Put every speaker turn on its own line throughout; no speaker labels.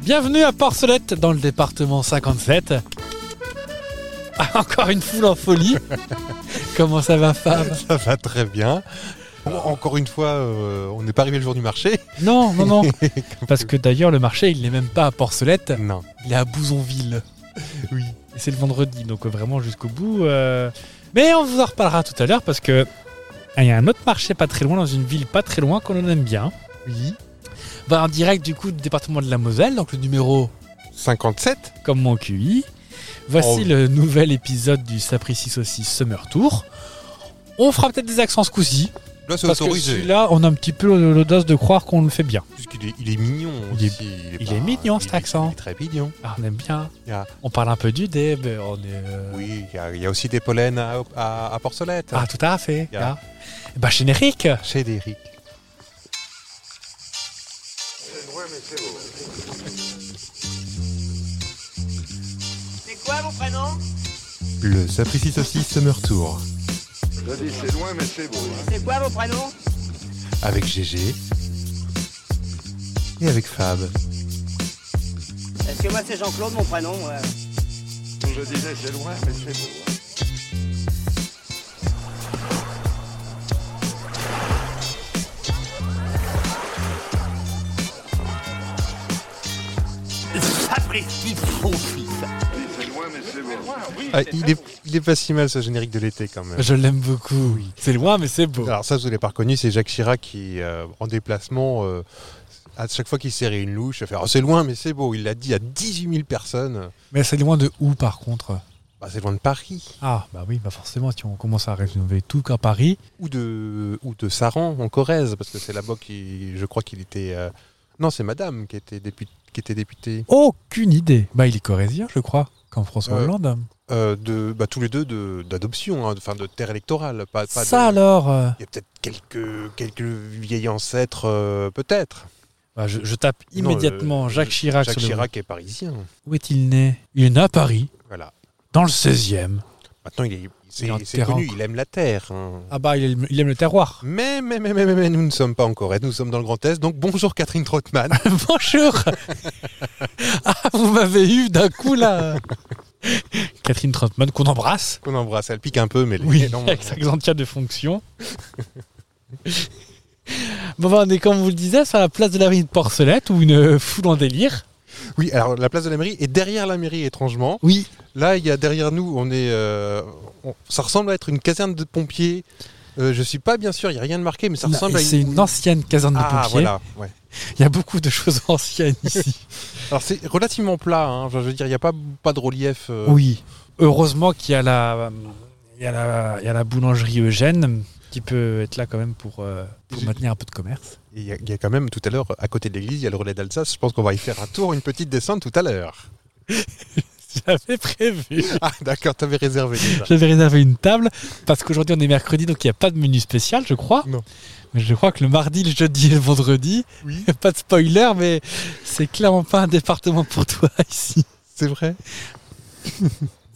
Bienvenue à Porcelette dans le département 57. Ah, Encore une foule en folie. Comment ça va Fab
Ça va très bien. Bon,
Ah.
encore une fois, euh, on n'est pas arrivé le jour du marché.
Non, non, non. Parce que d'ailleurs le marché il n'est même pas à Porcelette,
Non.
il est à Bouzonville.
Oui.
Et c'est le vendredi, donc euh, vraiment jusqu'au bout. euh, Mais on vous en reparlera tout à l'heure parce que ah, il y a un autre marché pas très loin, dans une ville pas très loin qu'on aime bien.
Oui.
Bah, en direct du coup du département de la Moselle, donc le numéro
57
comme mon QI. Voici
Oh.
le nouvel épisode du Sapristi Saucy Summer Tour. On fera peut-être des accents ce coup-ci.
Là, c'est
Parce que
autorisé.
celui-là, on a un petit peu l'audace de croire qu'on le fait bien.
Puisqu'il est, il est mignon
Il est-
aussi.
il est mignon, cet
il est-
accent.
Il est très mignon.
Ah, on aime bien.
Yeah.
On parle un peu du dé, mais on est. euh,
Oui, il y, a- il y a aussi des pollens à, à, à Porcelette.
Ah, tout à fait.
Yeah.
yeah. Eh ben, générique.
Chez Derrick.
C'est quoi mon prénom
Le Sapristi Saucisse Summer Tour.
Je dis c'est loin mais c'est beau. hein.
C'est quoi mon prénom
Avec GG. Et avec Fab.
Parce que moi c'est Jean-Claude mon prénom. ouais.
Je disais c'est loin mais c'est beau. hein. Je dis c'est loin mais c'est beau. hein.
Ah, il, est, il est pas si mal ce générique de l'été quand même.
Je l'aime beaucoup. C'est loin, mais c'est beau.
Alors ça, vous ne l'avez pas reconnu, c'est Jacques Chirac qui, euh, en déplacement, euh, à chaque fois qu'il serrait une louche, il fait Ah, c'est loin, mais c'est beau ». Il l'a dit à 18 000 personnes.
Mais c'est loin de où, par contre
Bah, c'est loin de Paris,
Ah, bah oui, bah forcément, si on commence à rénover tout qu'à Paris.
ou de, ou de Saran, en Corrèze, parce que c'est là-bas qui, je crois qu'il était... euh, Non, c'est madame qui était, dépu- qui était députée.
Aucune idée. Bah, il est corésien, je crois, comme François
Euh,
Hollande.
Euh, de, bah, tous les deux de- d'adoption, hein, de, enfin, de terre électorale. Pas, pas de-
Ça alors euh,
Il y a peut-être quelques, quelques vieils ancêtres, euh, peut-être.
bah, je, je tape
Non,
immédiatement
euh,
Jacques Chirac
Jacques
sur le
Chirac est parisien.
Où est-il né Il est né à Paris,
Voilà.
dans le 16e.
Maintenant, il est, c'est-
est en
c'est
terre
connu,
encore.
il aime la terre. hein.
Ah bah, il aime, il aime le terroir.
Mais, mais, mais, mais, mais, mais, nous ne sommes pas en Corrèze, nous sommes dans le Grand Est. Donc bonjour Catherine Trottmann.
Bonjour Ah, vous m'avez eu d'un coup là Catherine Trottmann, qu'on embrasse.
Qu'on embrasse, elle pique un peu, mais
Oui,
non,
avec sa grandia de fonction. bon, bah, on est, comme vous le disiez, sur la place de la rue de Porcelette, où une euh, foule en délire.
oui, alors la place de la mairie est derrière la mairie, étrangement.
Oui.
Là, il y a derrière nous, on est, euh, on- ça ressemble à être une caserne de pompiers. Euh, je suis pas bien sûr, il n'y a rien de marqué, mais ça ressemble à une...
C'est une ancienne caserne de
ah,
pompiers.
voilà. ouais.
Il y a beaucoup de choses anciennes ici.
Alors c'est relativement plat, hein, je veux dire, il n'y a pas, pas de relief. euh,
Oui. Heureusement qu'il y a la, il y a la, il y a la boulangerie Eugène qui peut être là quand même pour, euh, pour
J'ai-
maintenir un peu de commerce.
et Il y, a- il y a quand même, tout à l'heure, à côté de l'église, il y a le relais d'Alsace. Je pense qu'on va y faire un tour, une petite descente tout à l'heure.
J'avais prévu.
Ah d'accord, t'avais réservé déjà.
J'avais réservé une table parce qu'aujourd'hui on est mercredi donc il n'y a pas de menu spécial, je crois.
Non.
Mais je crois que le mardi, le jeudi et le vendredi,
Oui.
pas de spoiler, mais c'est clairement pas un département pour toi ici.
C'est vrai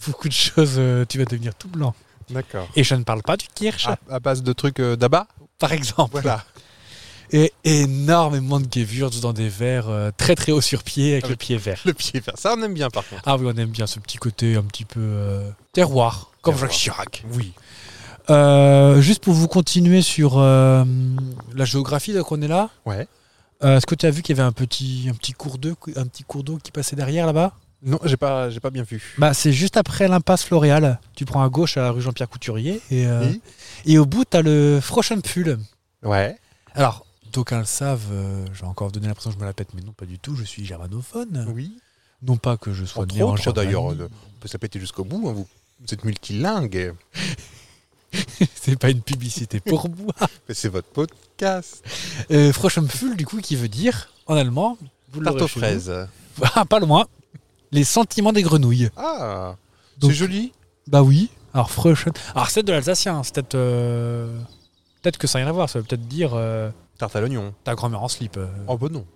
Beaucoup de choses, euh, tu vas devenir tout blanc.
D'accord.
Et je ne parle pas du kirsch,
À, à base de trucs euh, d'abat
par exemple.
Ah. Voilà.
Et énormément de gewürz dans des verres euh, très très haut sur pied avec
Ah
le
oui.
pied vert.
Le pied vert, ça on aime bien par contre.
Ah oui, on aime bien ce petit côté un petit peu euh, terroir, comme
Terroir.
Jacques Chirac.
Oui.
Euh, juste pour vous continuer sur euh, la géographie, donc on est là.
Ouais.
Euh, Est-ce que tu as vu qu'il y avait un petit, un petit cours d'eau un petit cours d'eau qui passait derrière là-bas
Non, j'ai pas, j'ai pas bien vu.
Bah c'est juste après l'impasse Floréal. Tu prends à gauche à la rue Jean-Pierre Couturier et, euh,
Oui.
et au bout t'as le Frochenpull.
Ouais.
Alors d'aucuns le savent, euh, j'ai encore donné l'impression que je me la pète, mais non pas du tout. Je suis germanophone.
Oui.
Non pas que je sois
Entre
né en
autres,
Germanie.
d'ailleurs, euh, on peut se la péter jusqu'au bout. hein, vous, vous êtes multilingue.
c'est pas une publicité pour moi.
Mais c'est votre podcast.
Euh, Froschenpfuhl, du coup, qui veut dire en allemand vous
Tarte
l'aurez
aux
chez vous.
fraises.
Ah, pas loin. Les sentiments des grenouilles.
Ah,
Donc-
c'est joli.
Bah oui. Alors Froschen. Alors c'est de l'alsacien. hein. C'est peut-être euh, peut-être que ça n'a rien à voir. Ça veut peut-être dire euh,
Tarte à l'oignon.
ta grand-mère en slip. euh.
Oh, bon non.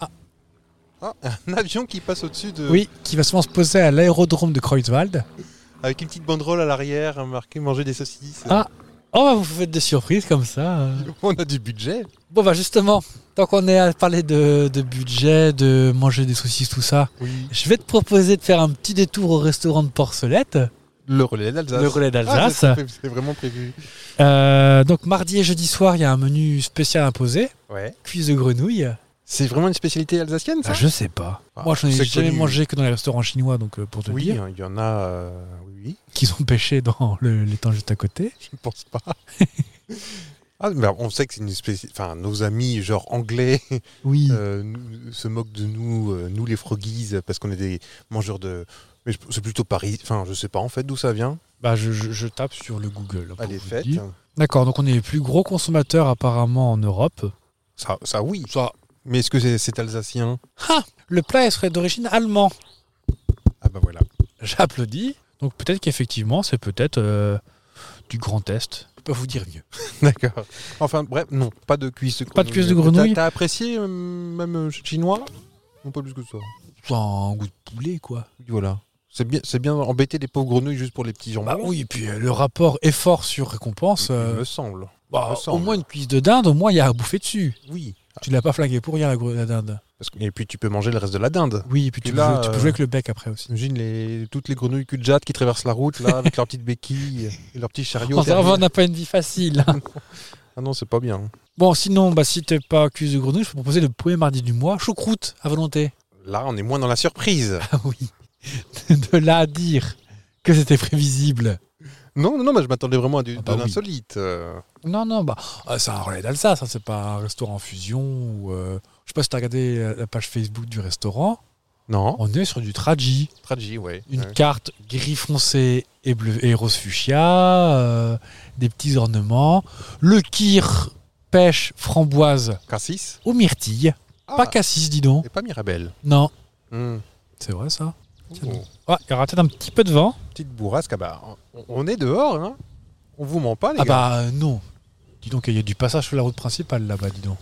Ah.
Ah, un avion qui passe au-dessus de.
Oui, qui va souvent se poser à l'aérodrome de Kreuzwald.
Avec une petite banderole à l'arrière, marquée manger des saucisses.
Ah. Oh, bah, vous faites des surprises comme ça. euh.
On a du budget.
Bon, bah justement, tant qu'on est à parler de, de budget, de manger des saucisses, tout ça,
Oui.
je vais te proposer de faire un petit détour au restaurant de Porcelette,
Le relais d'Alsace.
le relais
Ah,
d'Alsace.
ça, c'était c'était vraiment prévu.
Euh, donc, mardi et jeudi soir, il y a un menu spécial imposé
Ouais.
cuisse de grenouille.
C'est vraiment une spécialité alsacienne, ça
Bah, je sais pas.
Ah,
Moi, je n'ai
c'est
jamais
connu.
mangé que dans les restaurants chinois, donc euh, pour te
Oui, hein,
dire,
il y en a. euh, oui,
qu'ils ont pêché dans le- l'étang juste à côté.
je ne pense pas. Ah, mais on sait que c'est une spécialité. Enfin, nos amis, genre anglais,
Oui.
euh, nous- se moquent de nous, euh, nous les froggies, parce qu'on est des mangeurs de. Mais je- c'est plutôt Paris. Enfin, je sais pas en fait d'où ça vient.
Bah, je, je- je tape sur le Google. pour
Allez,
vous
faites.
dire. D'accord, donc on est les plus gros consommateurs apparemment en Europe.
Ça, ça, oui.
Ça.
Mais est-ce que c'est c'est alsacien
Ah Le plat il serait d'origine allemande.
Ah, bah voilà.
J'applaudis. Donc peut-être qu'effectivement, c'est peut-être euh, du Grand Est. Je peux pas vous dire mieux.
D'accord. Enfin, bref, non, pas de cuisse de grenouille.
Pas de cuisse de grenouille.
T'as t'as apprécié, euh, même euh, chinois Non, pas plus que ça.
C'est un goût de poulet, quoi.
Oui, voilà. C'est bien, c'est bien embêter les pauvres grenouilles juste pour les petits jambons.
Bah oui, et puis euh, le rapport effort sur récompense,
Il
euh,
me semble.
bah,
me
au
semble.
moins une cuisse de dinde, au moins il y a à bouffer dessus.
Oui.
Tu l'as pas flingué pour rien, la, gre- la dinde.
Parce que- Et puis tu peux manger le reste de la dinde.
Oui, et puis tu,
Puis
peux,
là,
jouer, tu peux
euh,
jouer avec le bec après aussi.
Imagine les, toutes les grenouilles cul de jatte qui traversent la route là avec leurs petites béquilles et leurs petits chariots.
On s'en va, on
derrière.
n'a pas une vie facile. hein.
Ah non, c'est pas bien.
bon, sinon, bah, si t'es pas cuisse de grenouille, je peux proposer le premier mardi du mois, choucroute à volonté.
Là, on est moins dans la surprise.
Ah oui. De là à dire que c'était prévisible.
non, non, non, mais je m'attendais vraiment à du,
Ah bah
de
oui.
l'insolite. euh.
Non, non, bah, euh, c'est un relais d'Alsace, hein, c'est pas un restaurant en fusion. Ou, euh, je sais pas si t'as regardé la- la page Facebook du restaurant.
Non.
On est sur du tragi.
Strategy, ouais.
Une
Ouais.
carte gris foncé et, bleu, et rose fuchsia, euh, des petits ornements, le kir, pêche, framboise
Cassis
ou myrtille.
Ah,
Pas cassis, dis donc.
Et pas Mirabelle.
Non,
Hmm.
c'est vrai ça. Tiens
Oh.
donc. Ah, il y aura peut-être un petit peu de vent.
Petite bourrasque. Ah bah, on, on est dehors, hein. On vous ment pas, les
Ah
gars.
bah euh, non. Dis donc, il y a du passage sur la route principale là-bas, dis donc.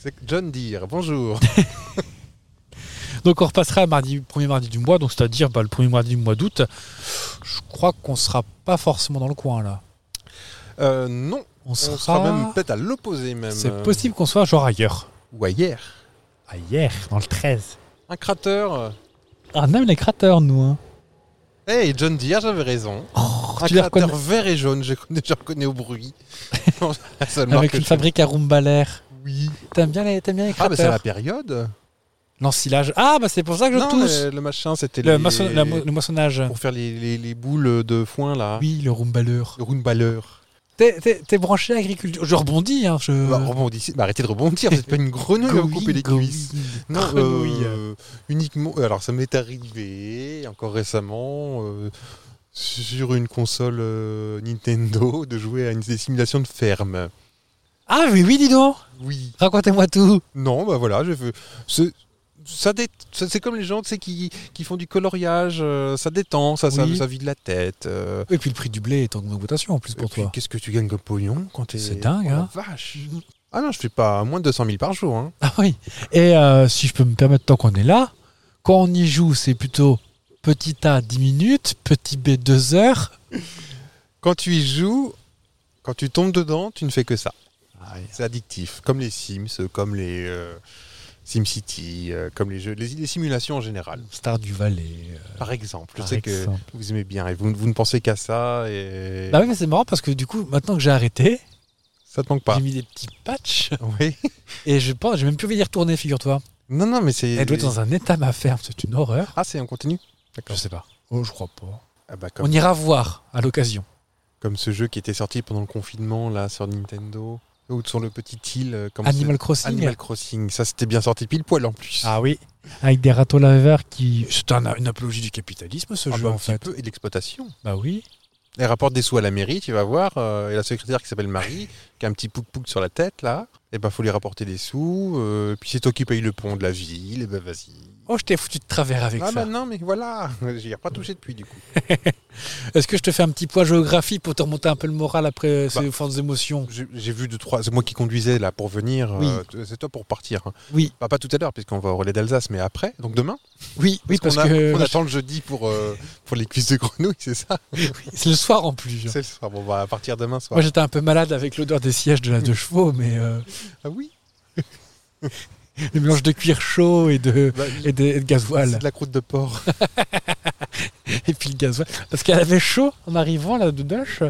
C'est John Deere. Bonjour.
Donc on repassera à mardi, premier mardi du mois, donc c'est-à-dire bah, le premier mardi du mois d'août. Je crois qu'on sera pas forcément dans le coin là.
Euh, non,
On
on
sera,
sera même peut-être à l'opposé même.
C'est
euh,
possible qu'on soit genre ailleurs.
Ou ailleurs.
Ailleurs, dans le 13.
Un cratère. euh,
Ah, on aime les cratères, nous. Hein.
Hey, John Deere, j'avais raison. Oh, un
tu les
cratère
reconnais
vert et jaune, je reconnais, je reconnais au bruit. Non, la seule marque
avec
que
une
je-
fabrique à Rumbalaire.
Oui.
T'aimes bien les, t'aimes bien les
Ah, mais c'est la
cratères
période.
L'ensilage. Ah, bah c'est pour ça que je
Non,
tousse.
mais le machin, c'était
Le,
les-
maçon- la mo- le moissonnage.
pour faire les, les- les boules de foin là.
Oui, le rumbaleur.
Le Roundballeur.
T'es, t'es- t'es branché agriculture. Je rebondis. Hein, je...
Bah, rebondissez- bah, arrêtez de rebondir, c'est pas une grenouille à vous couper les cuisses.
Ah,
Non, euh,
grenouille.
uniquement. euh, Alors, ça m'est arrivé encore récemment euh, sur une console euh, Nintendo de jouer à une des simulations de ferme.
Ah, oui, oui, dis donc.
Oui.
Racontez-moi tout.
Non, bah voilà, je veux. ce- Ça dé- ça- C'est comme les gens tu sais, qui, qui font du coloriage, euh, ça détend, ça, ça,
Oui.
ça vide la tête. euh.
Et puis le prix du blé est en augmentation en plus
Et
pour
puis,
toi.
qu'est-ce que tu gagnes comme pognon quand t'es.
C'est dingue,
Oh la
hein.
Vache Ah non, je fais pas moins de 200 000 par jour. hein.
Ah oui. Et euh, si je peux me permettre, tant qu'on est là, quand on y joue, c'est plutôt petit A 10 minutes, petit B 2 heures.
Quand tu y joues, quand tu tombes dedans, tu ne fais que ça.
Ah,
C'est addictif, comme les Sims, euh, comme les euh, SimCity, euh, comme les jeux, les, les simulations en général.
Star du Valais. euh,
Par exemple, je
Par
sais
exemple.
que vous aimez bien et vous, vous ne pensez qu'à ça et
Bah oui, mais c'est marrant parce que du coup, maintenant que j'ai arrêté,
ça te manque pas.
j'ai mis des petits patchs
Oui.
et je pense, j'ai même plus envie d'y retourner, figure-toi.
Non, non, mais c'est.
Elle doit être dans un état ma ferme, c'est une horreur.
Ah, c'est en continu
Je
D'accord.
sais pas. Oh, je crois pas.
Ah bah,
On
comme,
ira voir à l'occasion.
comme ce jeu qui était sorti pendant le confinement là sur Nintendo ou sur le petit île. euh, comment
Animal
c'est-
Crossing.
Animal Crossing. Ça c'était bien sorti pile poil en plus.
Ah oui. Avec des râteaux laveurs qui. C'est un- une apologie du capitalisme ce
Ah
jeu
bah, un
en
petit
fait.
peu et de l'exploitation.
Bah oui.
Elle rapporte des sous à la mairie, tu vas voir, euh, et la secrétaire qui s'appelle Marie, qui a un petit pouc-pouc sur eh la tête là. Et ben faut lui rapporter des sous. euh, puis c'est toi qui paye le pont de la ville. Et ben vas-y.
Oh, je t'ai foutu de travers avec
Ah
ça.
bah non, mais voilà, j'y ai pas touché depuis du coup.
Est-ce que je te fais un petit poids géographie pour te remonter un peu le moral après euh, ces
Bah.
fortes émotions
J'ai j'ai vu deux, trois. C'est moi qui conduisais là pour venir.
Oui.
euh, t- c'est toi pour partir. hein.
Oui.
Bah, pas tout à l'heure, puisqu'on va au relais d'Alsace, mais après, donc demain.
Oui, oui, parce
qu'on a-
que
on attend le jeudi pour, euh, pour les cuisses de grenouille, c'est ça
c'est le soir en plus.
C'est le soir. Bon, bah, à partir demain soir.
Moi, j'étais un peu malade avec l'odeur des sièges de la deux chevaux, mais euh,
ah oui
le mélange de cuir chaud et de,
Bah,
et de, et de
C'est
gasoil.
de la croûte de porc.
Et puis le gasoil. Parce qu'elle avait chaud en arrivant, la doudoche.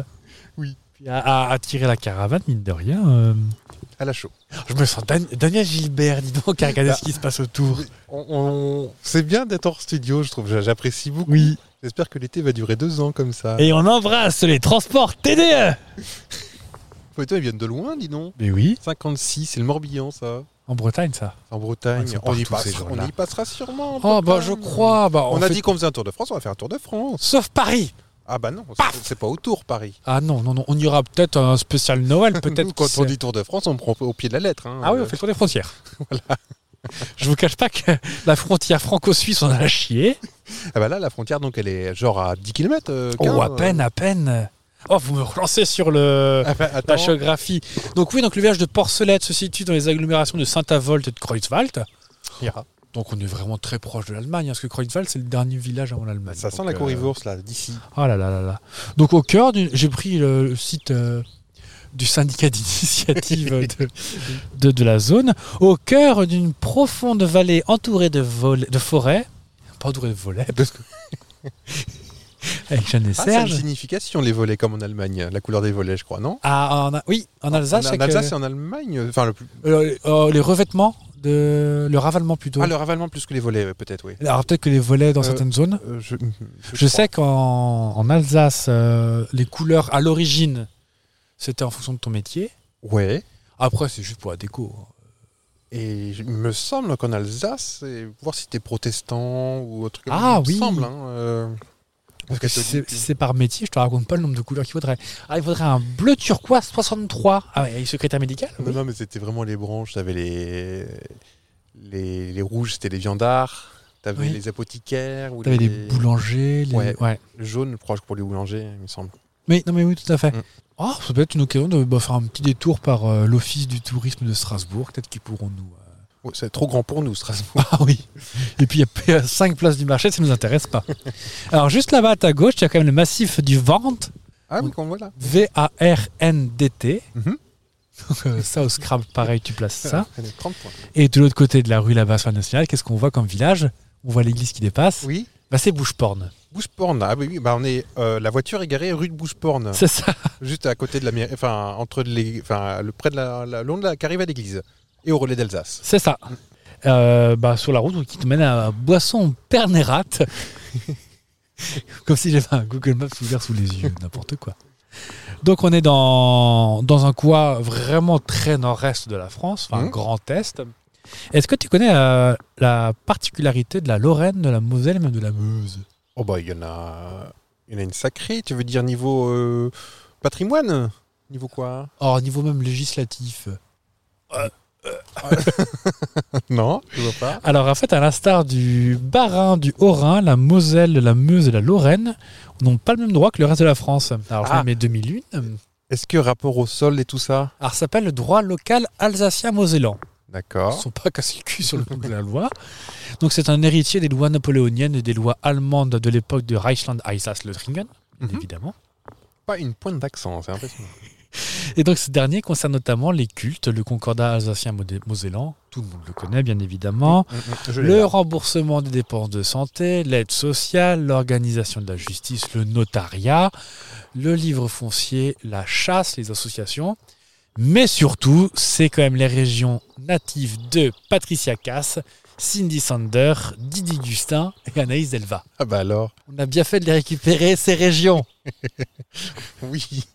Oui.
Puis à, à- à tirer la caravane, mine de rien. euh,
à la chaux.
Je me sens Dan- Daniel Gilbert, dis donc, à regarder
Bah.
ce qui se passe autour.
On, on- C'est bien d'être hors studio, je trouve. J'a- J'apprécie beaucoup.
Oui.
J'espère que l'été va durer deux ans comme ça.
Et on embrasse les transports E. TDE
Mais toi, ils viennent de loin, dis donc.
Mais oui,
56, c'est le Morbihan, ça.
en Bretagne, ça.
En
Ils
Bretagne.
sont
On
partout,
y,
ces
passera,
gens-là.
on y passera sûrement. en
Oh, bah
Bretagne.
je crois. Bah,
On,
on
a
fait-
dit qu'on faisait un tour de France, on va faire un tour de France.
Sauf Paris
Ah bah non,
Paf
c'est- c'est pas au tour Paris.
Ah non, non, non, on ira peut-être à un spécial Noël, peut-être.
Nous, quand
qui
on
sait.
dit tour de France, on prend au pied de la lettre. hein.
Ah oui, on
Euh,
fait le tour des frontières. Je vous cache pas que la frontière franco-suisse, on a chié.
Ah bah là, la frontière, donc, elle est genre à euh, 10 km.
Oh, à peine, à peine. Oh, vous me relancez sur le...
Ah,
la géographie. Donc oui, donc le village de Porcelette se situe dans les agglomérations de Saint-Avold et de Kreuzwald. Donc on est vraiment très proche de l'Allemagne, hein, parce que Kreuzwald, c'est le dernier village avant l'Allemagne.
Ça sent
Donc,
la
euh,
courrivourse, là, d'ici.
Oh là là là là. Donc au cœur, du- j'ai pris le, le site euh, du syndicat d'initiative de, de, de la zone. Au cœur d'une profonde vallée entourée de, vol- de forêts. Pas entourée de volets. Parce que... Avec Jeanne et
Ah, ça a une
Serge.
signification, les volets, comme en Allemagne. La couleur des volets, je crois, non
Ah, en- oui, en Alsace.
En, en
avec,
Alsace et en Allemagne. Enfin, le plus...
euh, euh, euh, les revêtements, de, le ravalement plutôt.
Ah, le ravalement plus que les volets, ouais, peut-être, oui.
Alors peut-être que les volets dans
Euh,
certaines zones.
Euh, je
Je sais qu'en en Alsace, euh, les couleurs à l'origine, c'était en fonction de ton métier.
crois. Ouais.
Après, c'est juste pour la déco. hein.
Et je- il me semble qu'en Alsace, c'est- voir si t'es protestant ou autre comme
Ah,
il me
oui.
semble. hein, euh,
Parce que si
catholique.
c'est si c'est par métier, je te raconte pas le nombre de couleurs qu'il faudrait. Ah, il faudrait un bleu turquoise 63. Ah ouais, et secrétaire médical
Non, non, mais c'était vraiment les branches. T'avais les... les les rouges, c'était les viandards. T'avais
Oui.
les apothicaires ou
T'avais les
les-
boulangers, les...
Ouais. le jaune, je crois, pour les boulangers, il me semble.
Mais non, mais oui, tout à fait.
Mm.
Oh, ça peut être une occasion de bah, faire un petit détour par euh, l'office du tourisme de Strasbourg. Peut-être qu'ils pourront nous. euh,
Ouais, c'est trop grand pour nous, Strasbourg.
Ah oui. Et puis il y a 5 places du marché, ça nous intéresse pas. Alors juste là-bas à ta gauche, tu as quand même le massif du Vente,
Ah oui, quand voilà.
V-A-R-N-D-T.
Mhm.
Donc, euh, ça au Scrabble, pareil, tu places ça.
Allez, 30 points.
Et de l'autre côté de la rue là-bas sur la nationale, qu'est-ce qu'on voit comme village On voit l'église qui dépasse.
Oui.
Bah c'est Boucheporne.
Boucheporn. Ah oui, oui, bah on est euh, la voiture est garée rue de Boucheporn,
C'est ça.
juste à côté de la mairie, enfin entre les, enfin le près de la, la longue là, qui arrive à l'église et au relais d'Alsace.
C'est ça. Euh, bah, sur la route qui te mène à Boisson Pernerat. Comme si j'avais un Google Maps ouvert sous les yeux, n'importe quoi. Donc on est dans, dans un coin vraiment très nord-est de la France, enfin
Mhm.
grand est. Est-ce que tu connais euh, la particularité de la Lorraine, de la Moselle, même de la Meuse
Oh bah il y en a, il y en a une sacrée. Tu veux dire niveau euh, patrimoine, niveau quoi
Or, niveau même législatif.
Non, je vois pas.
Alors en fait, à l'instar du Bas-Rhin, du Haut-Rhin, la Moselle, la Meuse et la Lorraine n'ont pas le même droit que le reste de la France. Alors je
Ah.
mets mes demi-lunes.
Est-ce que rapport au sol et tout ça
Alors ça s'appelle le droit local alsacien-mosellan. Ils ne
D'accord.
sont pas cassés le cul sur le nom de la loi. Donc c'est un héritier des lois napoléoniennes et des lois allemandes de l'époque de Reichsland-Alsace-Lothringen,
Mhm.
évidemment.
Pas une pointe d'accent, c'est impressionnant.
Et donc ce dernier concerne notamment les cultes, le concordat alsacien-mosellan, tout le monde le connaît bien évidemment,
Mm, Je l'ai
le
là.
remboursement des dépenses de santé, l'aide sociale, l'organisation de la justice, le notariat, le livre foncier, la chasse, les associations. Mais surtout, c'est quand même les régions natives de Patricia Cass, Cindy Sander, Didi Gustin et Anaïs Delva.
Ah bah alors.
On a bien fait de les récupérer, ces régions.
Oui.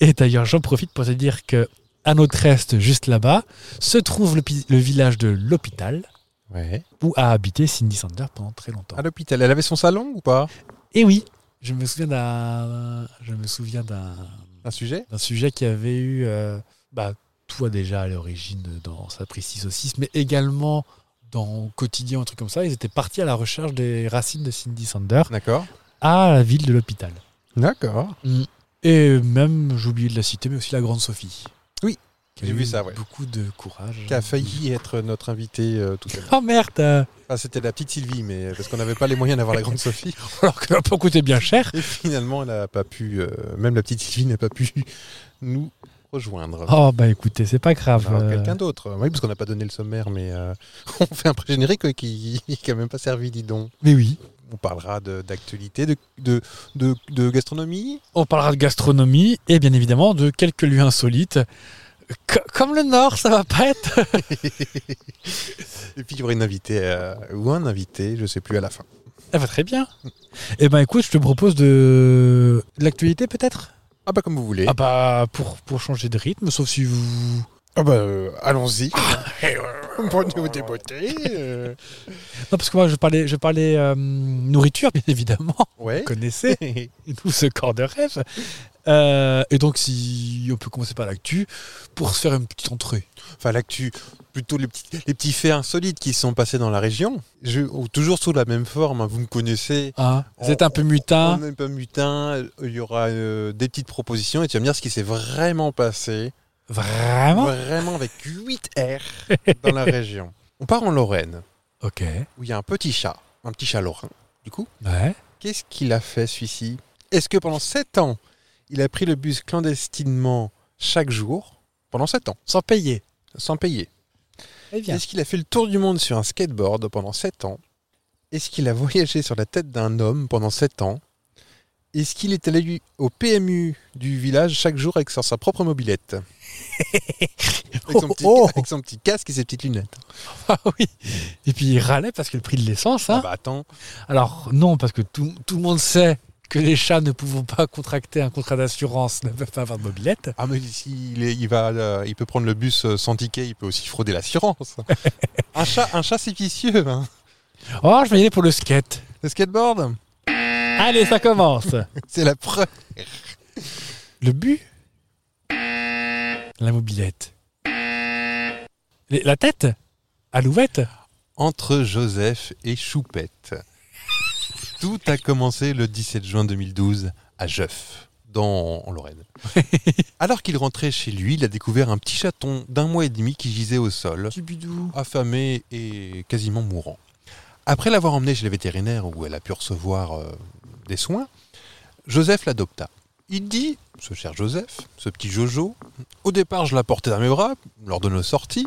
Et d'ailleurs, j'en profite pour te dire que à notre est, juste là-bas, se trouve le, pi- le village de l'hôpital,
Ouais.
où a habité Cindy Sander pendant très longtemps.
À l'hôpital, elle avait son salon ou pas
Et oui, je me souviens d'un, je me souviens d'un,
Un sujet
d'un sujet qui avait eu, euh, bah, toi déjà à l'origine dans sa précise saucisse, mais également dans Quotidien, un truc comme ça, ils étaient partis à la recherche des racines de Cindy Sander
D'accord.
à la ville de l'hôpital.
D'accord.
Et même, j'ai oublié de la citer, mais aussi la grande Sophie.
Oui,
Qui a
j'ai
eu
vu ça, ouais.
Beaucoup de courage.
Qui a failli être notre invité euh, tout à l'heure.
Oh merde euh,
Enfin, Ah, c'était la petite Sylvie, mais euh, parce qu'on n'avait pas les moyens d'avoir la grande Sophie.
Alors que ça peut coûter bien cher.
Et finalement, elle n'a pas pu, euh, même la petite Sylvie n'a pas pu nous rejoindre.
Oh bah écoutez, c'est pas grave.
Alors,
euh,
Quelqu'un d'autre. Oui, parce qu'on n'a pas donné le sommaire, mais euh, on fait un pré-générique ouais, qui n'a même pas servi, dis donc.
Mais oui,
On parlera de- d'actualité, de, de, de, de gastronomie.
on parlera de gastronomie et bien évidemment de quelques lieux insolites. Co- comme le Nord, ça va pas être.
Et puis, il y aura une invitée, euh, ou un invité, je sais plus, à la fin.
Ah bah très bien. Eh ben écoute, je te propose de l'actualité peut-être.
Ah bah, comme vous voulez.
Ah bah pour pour changer de rythme, sauf si vous.
Ah bah, euh, allons-y. Prenez-vous des beautés. euh.
Non parce que moi je parlais je parlais euh, nourriture bien évidemment.
Ouais.
Vous connaissez tout ce corps de rêve. Euh, et donc si on peut commencer par l'actu pour se faire une petite entrée.
enfin l'actu, plutôt les petits, les petits faits insolites qui sont passés dans la région. Je, ou toujours sous la même forme, hein, vous me connaissez.
Hein vous êtes un peu mutin.
On n'est pas mutin, il y aura euh, des petites propositions et tu vas me dire ce qui s'est vraiment passé,
Vraiment
vraiment avec 8 R dans la région. On part en Lorraine,
Ok.
où il y a un petit chat, un petit chat lorrain. Du coup,
Ouais.
qu'est-ce qu'il a fait celui-ci Est-ce que pendant 7 ans, il a pris le bus clandestinement chaque jour, pendant 7 ans,
Sans payer.
sans payer
Eh bien.
Est-ce qu'il a fait le tour du monde sur un skateboard pendant 7 ans Est-ce qu'il a voyagé sur la tête d'un homme pendant 7 ans Est-ce qu'il est allé lui- au PMU du village chaque jour avec sur sa propre mobilette avec, son petit,
Oh, oh.
avec son petit casque et ses petites lunettes.
Ah oui. Et puis il râlait parce que le prix de l'essence. Hein.
ah bah attends,
Alors non, parce que tout, tout le monde sait que les chats ne pouvant pas contracter un contrat d'assurance ne peuvent pas avoir de mobilette.
ah mais s'il est- il va, euh, il peut prendre le bus euh, sans ticket, il peut aussi frauder l'assurance. un chat, un chat c'est vicieux. hein.
Oh, je vais y aller pour le skate.
Le skateboard,
Allez, ça commence.
c'est la preuve.
Le but La mobilette. Les- La tête Alouette
entre Joseph et Choupette. Tout a commencé le 17 juin 2012 à Jeuf, dans en Lorraine. Alors qu'il rentrait chez lui, il a découvert un petit chaton d'un mois et demi qui gisait au sol,
Cupidou.
affamé et quasiment mourant. Après l'avoir emmené chez le vétérinaire où elle a pu recevoir euh, des soins, Joseph l'adopta. Il dit, ce cher Joseph, ce petit Jojo, au départ je l'apportais dans mes bras lors de nos sorties,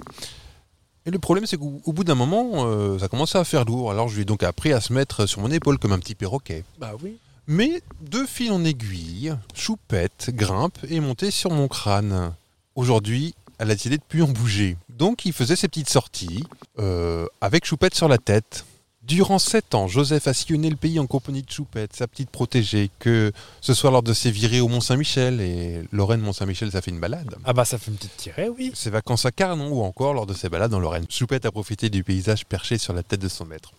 et le problème c'est qu'au au bout d'un moment euh, ça commençait à faire lourd, alors je lui ai donc appris à se mettre sur mon épaule comme un petit perroquet.
Bah oui.
Mais de fil en aiguille, choupette, grimpe et est montée sur mon crâne. Aujourd'hui, elle a décidé de plus en bouger. Donc il faisait ses petites sorties, euh, avec choupette sur la tête. Durant sept ans, Joseph a sillonné le pays en compagnie de Choupette, sa petite protégée, que ce soit lors de ses virées au Mont-Saint-Michel, et Lorraine Mont-Saint-Michel, ça fait une balade.
Ah bah ça fait une petite tirée, oui.
Ses vacances à Carnon ou encore lors de ses balades en Lorraine. Choupette a profité du paysage perché sur la tête de son maître.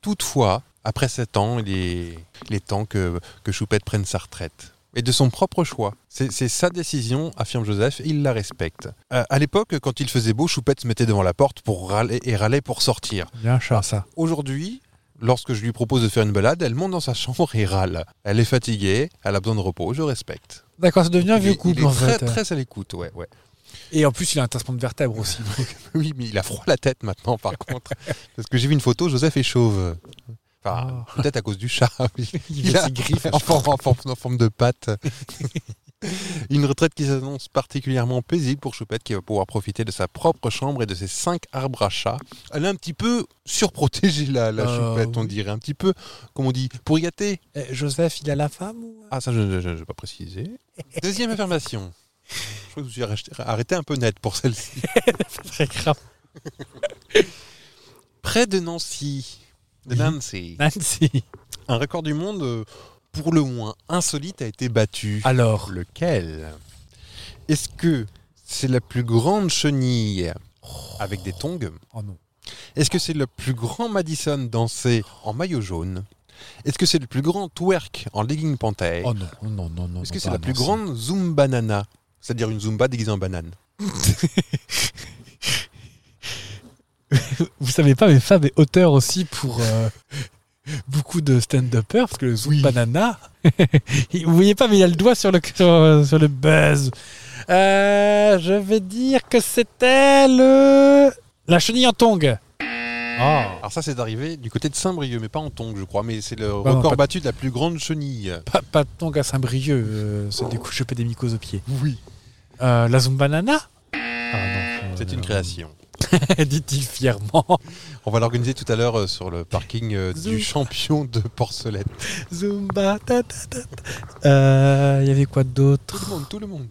Toutefois, après 7 ans, il est, il est temps que, que Choupette prenne sa retraite. Et de son propre choix. C'est c'est sa décision, affirme Joseph, et il la respecte. Euh, à l'époque, quand il faisait beau, Choupette se mettait devant la porte pour râler et râlait pour sortir.
Bien chat ça.
Aujourd'hui, lorsque je lui propose de faire une balade, elle monte dans sa chambre et râle. Elle est fatiguée, elle a besoin de repos, je respecte.
D'accord, ça devient un
Il est-
vieux couple
il est
en
très,
fait.
très à l'écoute, ouais, ouais.
Et en plus il a un tassement de vertèbre aussi.
Oui, mais il a froid à la tête maintenant, par contre. Parce que j'ai vu une photo, Joseph est chauve.
Ah.
Enfin, peut-être à cause du chat. mais
Il,
Il
a
a-
ses griffes.
en, forme, en forme- en forme de patte. une retraite qui s'annonce particulièrement paisible pour Choupette, qui va pouvoir profiter de sa propre chambre et de ses cinq arbres à chat. Elle est un petit peu surprotégée, là, la
Euh,
Choupette, on
oui.
dirait. Un petit peu, comme on dit, pour gâter.
Eh, Joseph, il a la femme ou...
Ah, ça, je ne vais pas préciser. Deuxième affirmation. Je crois que je me suis arrêté- arrêté un peu net pour celle-ci.
Très grave.
près de Nancy. De
Oui.
Nancy.
Nancy.
Un record du monde, euh, pour le moins insolite, a été battu.
Alors,
Ah, Lequel Est-ce que c'est la plus grande chenille avec des tongs
oh non.
Est-ce que c'est le plus grand Madison dansé en maillot jaune Est-ce que c'est le plus grand twerk en legging panthère
Oh non, oh non, non, non.
Est-ce
non,
que c'est
pas
la plus
Nancy.
grande Zumba Nana C'est-à-dire une Zumba déguisée en banane
Vous savez pas, mais Fab est auteur aussi pour euh, beaucoup de stand-uppers, parce que le Zouk Banana, vous voyez pas, mais il a le doigt sur le, sur, sur le buzz. Euh, je vais dire que c'était le... La chenille en tongue.
Alors ça, c'est arrivé du côté de Saint-Brieuc, mais pas en Tongue, je crois. Mais c'est le
non,
record
pas-
battu Bah, de la plus grande chenille.
Pas, pas de tongue à Saint-Brieuc, euh, se découchoper des mycoses aux pieds. Oui. Ah euh, la Zumba Nana
C'est une création.
Dit-il fièrement.
On va l'organiser tout à l'heure euh, sur le parking euh,
Zou.
du champion de porcelaine.
Zumba, ta, ta, ta, ta. Euh, Il y avait quoi
Tout
d'autre
le monde, tout le monde.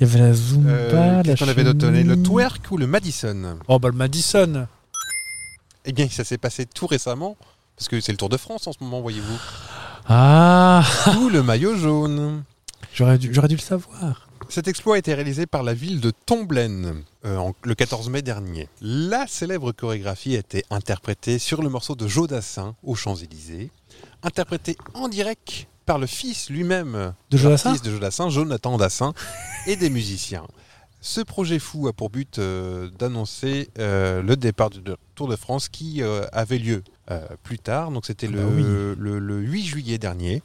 Il y avait la Zumba,
Euh,
la
Qu'est-ce qu'on avait d'autre donné Le
chenille.
twerk ou le Madison
Oh, bah le Madison.
Eh bien, ça s'est passé tout récemment, parce que c'est le Tour de France en ce moment, voyez-vous.
Ah,
Ou le maillot jaune.
j'aurais dû, j'aurais dû le savoir.
Cet exploit a été réalisé par la ville de Tomblaine euh, en- le 14 mai dernier. La célèbre chorégraphie a été interprétée sur le morceau de Jodassin aux Champs-Élysées, interprétée en direct par le fils lui-même
De Jodassin
l'artiste de Jodassin, Jonathan Dassin, et des musiciens. Ce projet fou a pour but euh, d'annoncer euh, le départ du de- Tour de France qui euh, avait lieu euh, plus tard, donc c'était
Ah
le,
bah
le- le 8 juillet dernier.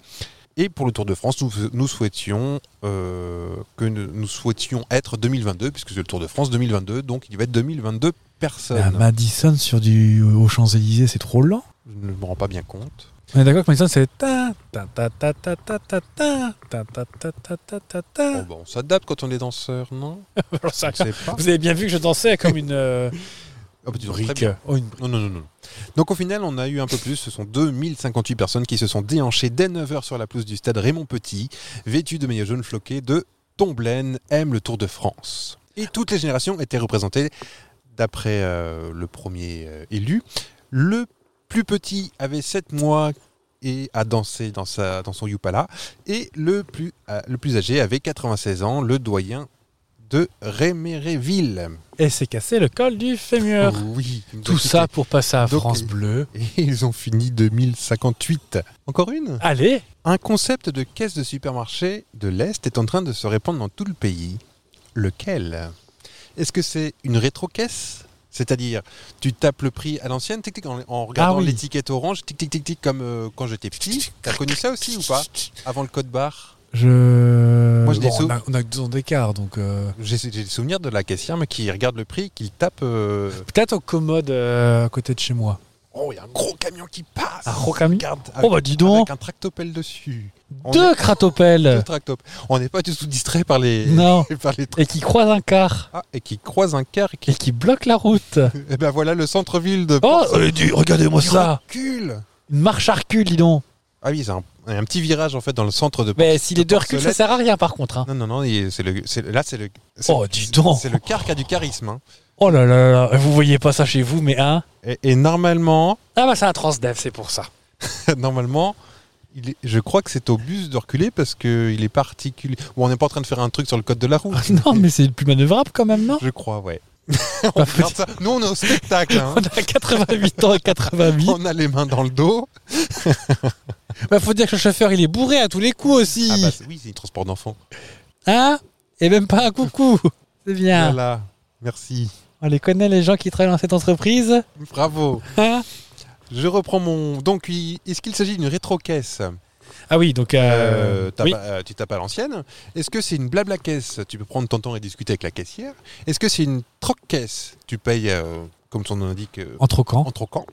Et pour le Tour de France, nous, nous souhaitions euh, que nous, nous souhaitions être 2022, puisque c'est le Tour de France 2022, donc il va être 2022
La
personnes.
Madison sur du, euh, aux Champs-Élysées, c'est trop lent.
Je ne me rends pas bien compte.
On est d'accord que Madison, c'est. ta, ta, ta, ta, ta, ta, ta, ta, ta, ta, ta, ta, ta, ta,
Bon,
ta.
bah, on s'adapte quand on est danseur, non
J'en sais
Je
rien.
sais pas.
Vous avez bien vu que je dansais comme une euh,
Ah, bah, tu danses très
brique.
bien.
Oh, une brique.
Non, non, non, non. Donc au final, on a eu un peu plus. Ce sont 2058 personnes qui se sont déhanchées dès 9h sur la pelouse du stade Raymond Petit, vêtues de maillots jaunes floqués de Tomblaine aime le Tour de France. Et toutes les générations étaient représentées, d'après euh, le premier euh, élu. Le plus petit avait 7 mois et a dansé dans, sa, dans son Yupala. Et le plus, euh, le plus âgé avait 96 ans, le doyen de Réméréville.
Et c'est cassé le col du fémur.
Oui, il nous a
Tout
quittés.
ça pour passer à
Oh. Bah, Donc,
France
euh,
Bleu.
Et ils ont fini 2058. Encore une
Allez
Un concept de caisse de supermarché de l'Est est en train de se répandre dans tout le pays. Lequel Est-ce que c'est une rétro-caisse c'est-à-dire, tu tapes le prix à l'ancienne, tic, tic, en, en regardant
Ah oui.
l'étiquette orange, tic tic tic tic, comme euh, quand j'étais petit. T'as connu ça aussi ou pas Avant le code barre
Je.
Moi, je
Bon,
dis sous.
on, a, on a que deux ans d'écart, donc. euh,
J'ai j'ai le souvenir de la caissière mais qui regarde le prix, qui le tape. euh,
Peut-être au commode euh, à côté de chez moi.
Oh, il y a un gros camion qui passe
Un gros camion
Ah, Regarde,
Oh, bah,
avec-
dis donc.
Avec un tractopelle dessus On
Deux
Le
cratopelles
tractop. On n'est pas du tout distrait par les,
Euh. Non
par les tra-
Et qui croise un car
Ah, et qui croise un car et qui.
Et qui bloque la route
Eh ben voilà le centre-ville de.
Oh Regardez-moi
Il
ça
recule
Une marche à recul, dis donc
Ah oui, c'est un, un petit virage en fait dans le centre de.
Mais si les deux reculent, ça
porcelette.
sert à rien par contre. hein.
Non, non, non, il- c'est le, c'est le- là c'est le. c'est-
Oh, dis donc
C'est le car qui a du charisme. hein.
Oh là là là là. Vous voyez pas ça chez vous, mais hein
Et, et normalement,
Ah bah c'est un transdev, c'est pour ça.
normalement. il est- je crois que c'est au bus de reculer parce qu'il est particulier. Bon, on n'est pas en train de faire un truc sur le code de la route.
non, mais c'est plus manœuvrable quand même, Ah, non
Je crois, ouais.
Bah, faut-
Regarde ça. Nous, on est au spectacle. hein.
On a 88 ans et 88.
On a les mains dans le dos.
Bah, faut dire que le chauffeur, il est bourré à tous les coups aussi.
Ah bah, c'est- oui, c'est du transport d'enfants.
Hein Et même pas un coucou. C'est bien.
Voilà, merci.
On les connaît, les gens qui travaillent dans cette entreprise.
Bravo.
Hein
Je reprends mon. Donc, il- est-ce qu'il s'agit d'une rétro-caisse
ah oui, donc.
Euh,
Euh,
tapes
oui.
à- euh, Tu tapes à l'ancienne. Est-ce que c'est une blabla-caisse Tu peux prendre ton temps et discuter avec la caissière. Est-ce que c'est une troc-caisse Tu payes, euh, comme son nom l'indique, euh,
En troquant.
en troquant.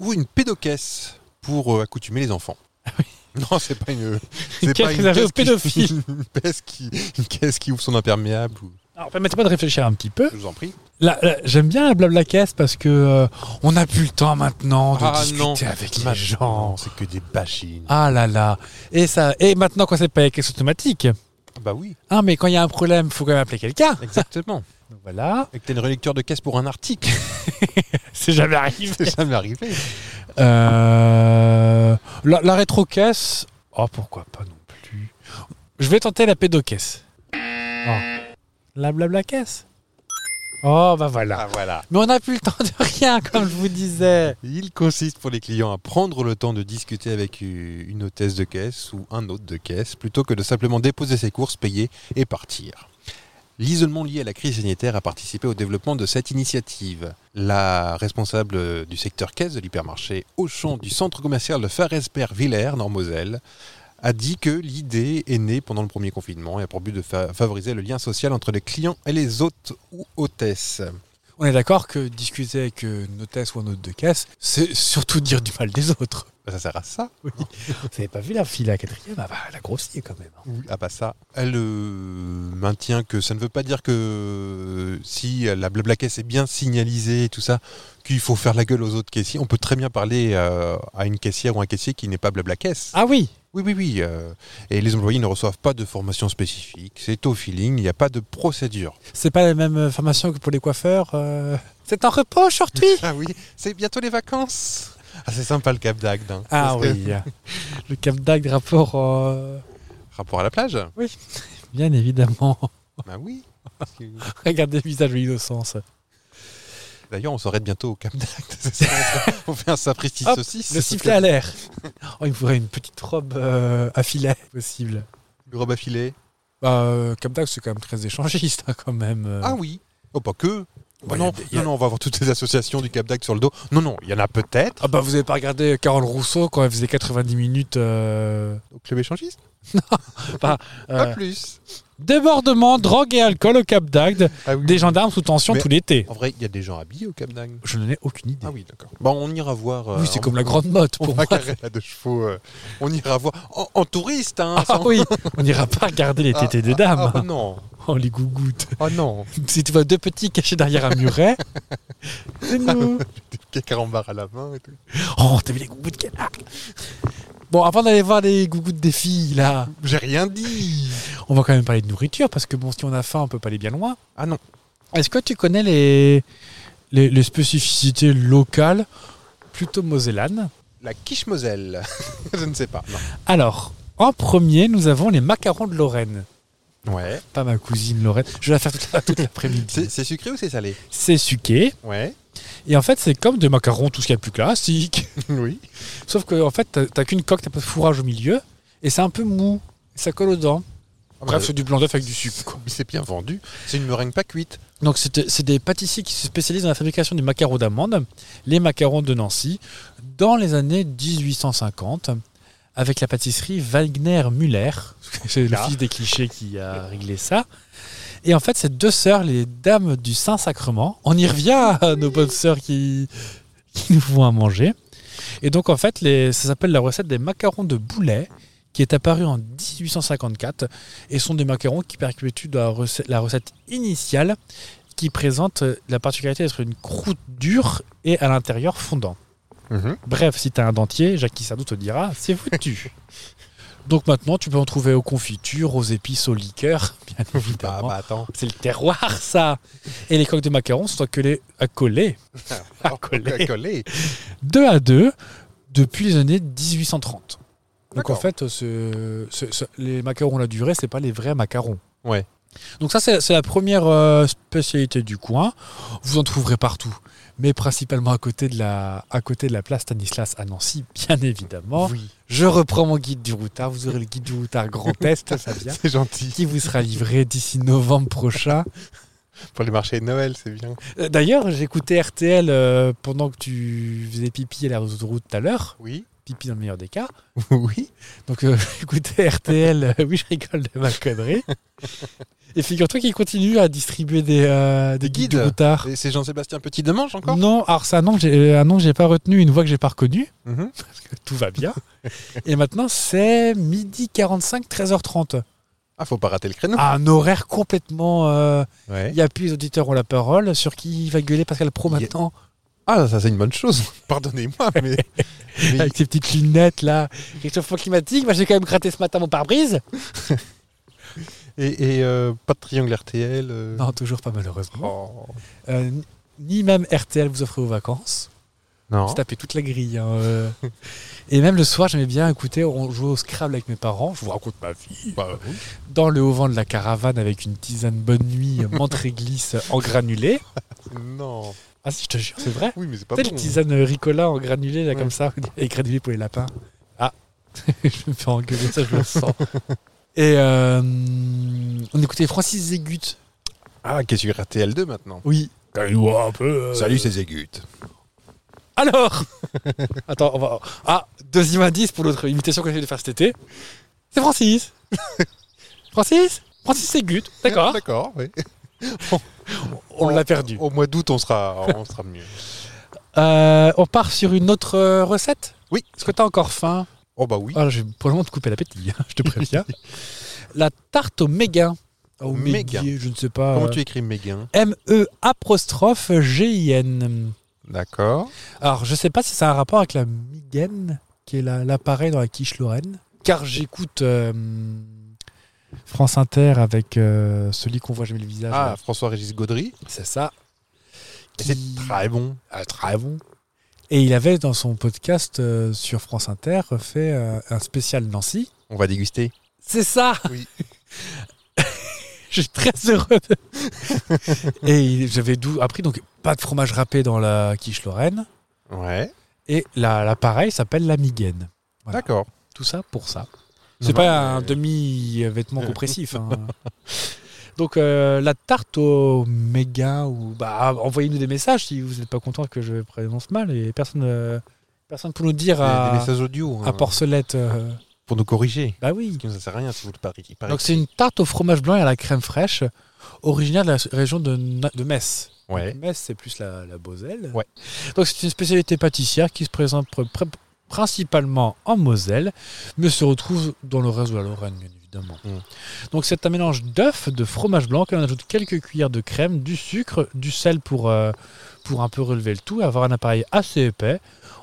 Ou une pédocaisse pour euh, accoutumer les enfants. Non, c'est pas une.
Ah Une
C'est
caisse réservée aux pédophiles.
Une, caisse qui, une caisse qui ouvre son imperméable. ou-
Alors, permettez-moi de réfléchir un petit peu.
Je vous en prie.
Là, là, j'aime bien la blabla caisse parce que euh, on n'a plus le temps maintenant de
Ah,
discuter
non.
avec les
Maintenant,
gens.
c'est que des bashing.
Ah là là. Et ça. Et maintenant, quand c'est pas les caisses automatiques.
Bah oui,
Ah, mais quand il y a un problème, faut quand même appeler quelqu'un.
exactement.
Donc voilà.
Et que t'as une relecture de caisse pour un article.
C'est jamais arrivé.
C'est jamais arrivé.
Euh, la, la rétro-caisse. Oh, pourquoi pas non plus. Je vais tenter la pédocaisse. Oh. La blabla-caisse. Oh, bah voilà.
Ah voilà.
Mais on n'a plus le temps de rien, comme je vous disais.
Il consiste pour les clients à prendre le temps de discuter avec u- une hôtesse de caisse ou un hôte de caisse plutôt que de simplement déposer ses courses, payer et partir. L'isolement lié à la crise sanitaire a participé au développement de cette initiative. La responsable du secteur caisse de l'hypermarché Auchan du centre commercial de Faresberg-Villers, dans Moselle, a dit que l'idée est née pendant le premier confinement et a pour but de fa- favoriser le lien social entre les clients et les hôtes ou hôtesses.
On est d'accord que discuter avec euh, une hôtesse ou un hôte de caisse, c'est surtout dire du mal des autres.
Ben, Ça sert à ça
Vous n'avez pas vu la fille, la quatrième ah bah, Elle a grossi quand même. hein.
Ah bah ça. Elle euh, maintient que ça ne veut pas dire que euh, si la blabla caisse est bien signalisée et tout ça, qu'il faut faire la gueule aux autres caissiers. On peut très bien parler euh, à une caissière ou un caissier qui n'est pas blabla caisse.
Ah oui
Oui, oui, oui. euh, et les employés ne reçoivent pas de formation spécifique. C'est au feeling, il n'y a pas de procédure.
C'est pas la même euh, formation que pour les coiffeurs euh, C'est en repos aujourd'hui
Ah oui, c'est bientôt les vacances. Ah c'est sympa le Cap d'Agde. hein.
Ah
Parce que-
oui Le Cap d'Agde rapport. euh,
Rapport à la plage
Oui, bien évidemment.
Bah oui. Parce que-
Regardez le visage de l'innocence.
D'ailleurs, on s'arrête bientôt au Cap d'Agde. c'est ça, on fait un sapristi
Hop,
saucisse.
Le sifflet à l'air Oh, il me faudrait une petite robe euh, à filet possible.
Le robe à filet.
Bah, euh, Cap d'Agde, c'est quand même très échangiste hein, quand même. euh.
Ah oui. Oh, pas que.
Bah,
non,
y a des- y a-
non, non, on va avoir toutes les associations du Cap d'Agde sur le dos. Non, non, il y en a peut-être.
Ah bah vous avez pas regardé Carole Rousseau quand elle faisait 90 minutes euh,
Au club échangiste
euh,
Pas plus.
Débordement, drogue et alcool au Cap d'Agde,
Ah oui.
des gendarmes sous tension
Mais-
tout l'été.
En vrai, il y a des gens habillés au Cap d'Agde.
Je n'en ai aucune idée.
Ah oui, d'accord. Bon, on ira voir. euh,
oui, c'est
en-
comme la grande motte
On
pour
va
moi.
carrer à deux chevaux. euh, on ira voir. En, en touriste, hein.
Ah oui, on n'ira pas regarder les tétés des dames.
Ah non.
On les gougoutte.
Ah non.
Si tu vois deux petits cachés derrière un muret, c'est nous.
Des carambars à la main et tout.
Oh, t'as vu les gougouttes qu'elle a Bon, avant d'aller voir les gougouttes des filles, là,
J'ai rien dit.
on va quand même parler de nourriture, parce que bon, si on a faim, on peut pas aller bien loin.
Ah non.
Est-ce que tu connais les, les, les spécificités locales, plutôt mosellanes
La quiche Moselle. Je ne sais pas.
Alors, en premier, nous avons les macarons de Lorraine.
non. Ouais.
Pas ma cousine Lorraine, je vais la faire toute la- toute
C'est
l'après-midi.
c'est sucré ou c'est salé
C'est suqué,
Ouais.
et en fait, c'est comme des macarons, tout ce qu'il y a de plus classique.
oui.
Sauf que, en fait, t'as- t'as qu'une coque, t'as pas de fourrage au milieu, et c'est un peu mou, ça colle aux dents.
Ah,
Bref,
bah,
c'est du blanc d'œuf avec du sucre. quoi.
Euh, Mais c'est bien vendu. C'est une meringue pas cuite.
Donc c'est de- c'est des pâtissiers qui se spécialisent dans la fabrication des macarons d'amande, les macarons de Nancy, dans les années 1850, avec la pâtisserie Wagner Müller. C'est le
Ah.
fils des clichés qui a réglé ça. Et en fait, ces deux sœurs, les dames du Saint-Sacrement, on y revient à nos bonnes sœurs qui, qui nous font à manger. Et donc en fait, les, ça s'appelle la recette des macarons de boulet qui est apparue en 1854 et sont des macarons qui perpétuent la recette, la recette initiale qui présente euh, la particularité d'être une croûte dure et à l'intérieur fondant.
Mhm.
Bref, si t'as un dentier, Jackie Sardou te dira, c'est foutu. Donc maintenant, tu peux en trouver aux confitures, aux épices, aux liqueurs, bien
Bah,
évidemment.
bah, attends.
Ah C'est le terroir, ça Et les coques de macarons sont accolées, accolées
À
coller. deux à deux depuis les années 1830. Donc en
D'accord.
fait, ce- ce- ce- les macarons à la durée, c'est pas les vrais macarons.
Ouais.
Donc ça, c'est c'est la première euh, spécialité du coin. Vous en trouverez partout, mais principalement à côté de la, à côté de la place Stanislas à Nancy, bien évidemment.
Oui.
Je reprends mon guide du routard. Vous aurez le guide du routard Grand Est, ça vient,
C'est gentil.
qui vous sera livré d'ici novembre prochain.
Pour les marchés de Noël, c'est bien.
Euh, D'ailleurs, j'écoutais RTL euh, pendant que tu faisais pipi à la route tout à l'heure.
Oui.
Pipi dans le meilleur des cas.
Oui.
Donc euh, écoutez RTL, euh, oui je rigole de ma connerie. Et figure-toi qu'ils continuent à distribuer des, euh, des
Des
guides
guides.
du routard.
Et c'est Jean-Sébastien Petit de Manche encore
Non, alors c'est un nom que j'ai euh, un nom que j'ai pas retenu, une voix que j'ai pas reconnue,
Mhm.
tout va bien. Et maintenant c'est midi 45, 13h30.
Ah, faut pas rater le créneau.
Un horaire complètement... euh, Il
Ouais.
n'y a plus les auditeurs ont la parole, sur qui va gueuler Pascal Pro
Il y a-
maintenant,
Ah, ça, c'est une bonne chose. Pardonnez-moi, mais. mais-
avec ses petites lunettes là. Réchauffement climatique, bah, j'ai quand même gratté ce matin mon pare-brise.
Et, et, euh, pas de triangle RTL. euh.
Non, toujours pas malheureusement.
Oh.
Euh, ni- ni même RTL vous offrez aux vacances.
Non.
J'ai tapé toute la grille. hein, euh. Et même le soir, j'aimais bien écouter, on jouait au Scrabble avec mes parents, je vous raconte ma vie,
Bah, oui.
dans le haut-vent de la caravane avec une tisane bonne nuit, euh, menthe réglisse en granulé.
Non.
Ah si, je te jure, c'est vrai.
Oui, mais c'est pas
Tu sais,
bon.
les tisanes euh, Ricola en granulé, là,
Ouais.
comme ça, et granulé pour les lapins. Ah, je me fais engueuler, ça, je le sens. Et euh, on écoutait Francis Zégut.
Ah, qui est sur RTL2 maintenant.
Oui. nous un peu. euh,
Salut, c'est Zégut.
Alors Attends, on va. Ah, deuxième indice pour l'autre imitation que j'ai de faire cet été. C'est Francis Francis Francis Ségut, d'accord
D'accord, oui.
On l'a perdu.
Au mois d'août, on sera, on sera mieux.
Euh, on part sur une autre euh, recette
Oui.
Est-ce que t'as encore faim
Oh bah oui.
Ah, Je vais probablement te couper l'appétit, hein, je te préviens. La tarte au méga. Au
Méga.
méguier, je ne sais pas.
Comment
euh,
tu écris Méguin
M-E apostrophe G-I-N.
D'accord.
Alors, je sais pas si ça a un rapport avec la migaine, qui est la- l'appareil dans la quiche Lorraine. Car j'écoute euh, France Inter avec euh, celui qu'on voit jamais le visage.
Ah,
là.
François-Régis Gaudry.
c'est ça.
Et
Qui-
C'est très bon.
Ah, très bon. Et il avait dans son podcast euh, sur France Inter fait euh, un spécial Nancy.
On va déguster.
C'est ça
Oui.
Je suis très heureux. de- Et il- j'avais dou- appris donc pas de fromage râpé dans la quiche Lorraine.
Ouais.
Et la- l'appareil s'appelle la migaine. Voilà.
D'accord.
Tout ça pour ça.
Non,
C'est pas
mais-
un demi-vêtement compressif. hein. Donc euh, la tarte au méga ou bah envoyez-nous des messages si vous n'êtes pas content que je prononce mal et personne euh, personne pour nous dire
Des, des
à,
messages audio.
à
hein,
Porcelette euh,
pour nous corriger.
bah oui.
Parce que ça sert à rien si vous le pariez.
Donc c'est une tarte au fromage blanc et à la crème fraîche originaire de la région de, Na- de Metz.
Ouais.
Metz c'est plus la, la Moselle.
Ouais.
Donc c'est une spécialité pâtissière qui se présente pr- pr- principalement en Moselle, mais se retrouve dans le reste de la Lorraine, bien évidemment.
Mm.
Donc c'est un mélange d'œufs, de fromage blanc, et on ajoute quelques cuillères de crème, du sucre, du sel pour, euh, pour un peu relever le tout, avoir un appareil assez épais.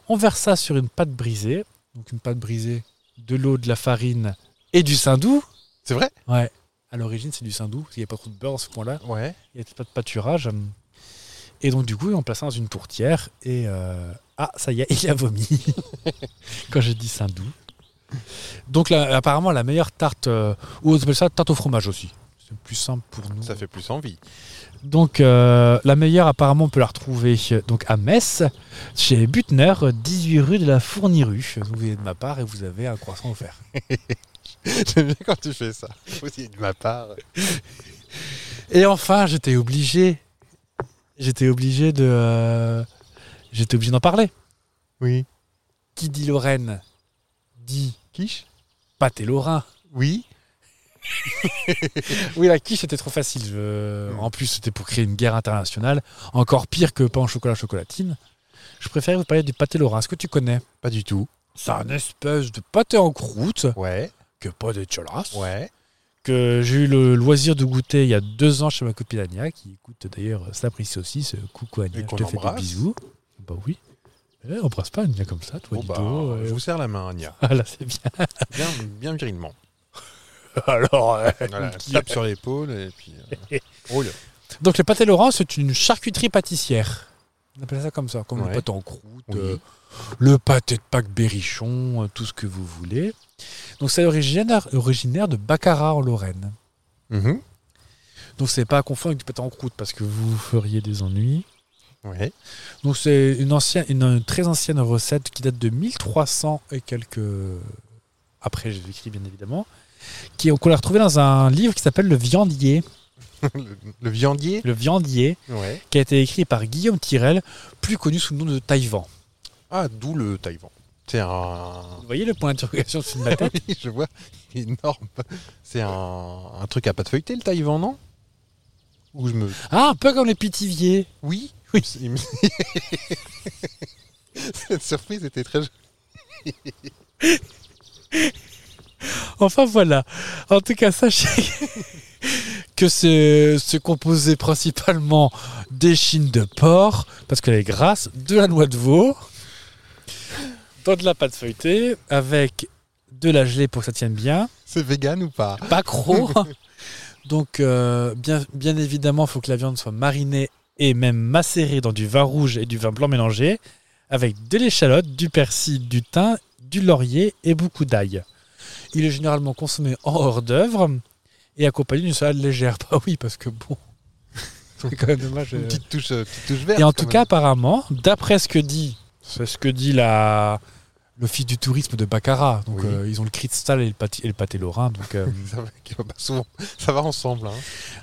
On verse ça sur une pâte brisée, donc une pâte brisée, de l'eau, de la farine et du saindoux.
C'est vrai
Ouais. À l'origine, c'est du saindoux, parce qu'il n'y a pas trop de beurre dans ce point-là.
Ouais.
Il n'y a pas de pâturage. Et donc, du coup, on place ça dans une tourtière. Et euh, ah, ça y est, il a vomi. Quand j'ai dit Saint-Doux. Donc, là, apparemment, la meilleure tarte, euh, ou on appelle ça tarte au fromage aussi. C'est plus simple pour nous.
Ça fait plus envie.
Donc, euh, la meilleure, apparemment, on peut la retrouver euh, donc, à Metz, chez Butner, 18 rue de la Fournirue. Vous venez de ma part et vous avez un croissant offert.
J'aime bien quand tu fais ça. Aussi de ma part.
Et enfin, j'étais obligé. J'étais obligé de. euh, j'étais obligé d'en parler.
Oui.
qui dit Lorraine dit
Quiche
pâté lorrain.
Oui.
Oui, la quiche était trop facile. Je- En plus, c'était pour créer une guerre internationale. Encore pire que pain au chocolat chocolatine. Je préfère vous parler du pâté lorrain. Est-ce que tu connais
Pas du tout.
C'est un espèce de pâté en croûte,
Ouais.
que pas de cholas,
Ouais.
que j'ai eu le loisir de goûter il y a deux ans chez ma copine Ania, qui écoute d'ailleurs Saprice aussi. ce Coucou Ania,
Et
je
qu'on
te fais des
embrasse.
bisous. Bah oui. Eh, on brasse pas Ania comme ça, toi,
Bon,
dis
bah,
donc, euh,
je vous serre la main, Nia.
voilà, c'est bien.
Bien, bien virilement.
Alors, euh,
Voilà,
Qui-
tape sur l'épaule et puis. euh, roule.
Donc le pâté Laurent, c'est une charcuterie pâtissière. On appelle ça comme ça, comme
Ouais.
le pâté en croûte,
Oui.
euh, le pâté de Pâques berrichon, euh, tout ce que vous voulez. Donc c'est originaire, originaire de Baccarat en Lorraine.
Mhm.
Donc c'est pas à confondre avec du pâté en croûte parce que vous feriez des ennuis.
Ouais.
Donc c'est une, ancienne, une, euh, très ancienne recette qui date de 1300 et quelques... Après, j'ai écrit bien évidemment. qui- Qu'on a retrouvée dans un livre qui s'appelle Le Viandier.
le, le viandier.
Le Viandier,
Ouais.
qui a été écrit par Guillaume Tirel, plus connu sous le nom de Taïvan.
Ah, d'où le Taïwan. C'est un.
Vous voyez le point d'interrogation sur ma tête
Oui, je vois. Énorme. C'est un, un truc à pâte feuilletée, le Taïwan, non Ou je me.
Ah, un peu comme les pitiviers.
Oui.
Oui.
Il me- Cette surprise était très. jolie.
Enfin voilà. En tout cas, sachez que c'est c'est composé principalement d'échines de porc, parce qu'elle est grasse, de la noix de veau, dans de la pâte feuilletée, avec de la gelée pour que ça tienne bien,
C'est vegan ou pas
pas gros. Donc, euh, bien, bien évidemment, il faut que la viande soit marinée et même macérée dans du vin rouge et du vin blanc mélangé, avec de l'échalote, du persil, du thym, du laurier et beaucoup d'ail. Il est généralement consommé en hors d'œuvre et accompagné d'une salade légère. Bah oui, parce que bon, c'est quand même dommage. euh.
Une petite touche, euh, petite touche verte.
Et en
quand
tout
même.
cas, apparemment, d'après ce que dit, c'est ce que dit la, l'office du tourisme de Baccarat. Donc
Oui.
euh, ils ont le cristal et le, pâti- et le pâté lorrain. Donc, euh,
Ça va, qui va pas souvent. Ça va ensemble. hein.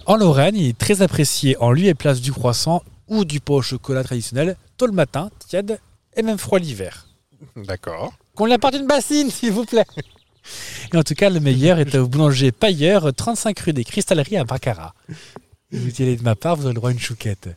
en Lorraine, il est très apprécié en lieu et place du croissant ou du pain au chocolat traditionnel, tôt le matin, tiède et même froid l'hiver.
D'accord.
Qu'on lui apporte une bassine, s'il vous plaît. Et en tout cas, le meilleur est au boulanger Pailleur, 35 rue des Cristalleries à Baccarat. Et vous y allez de ma part, vous aurez le droit à une chouquette.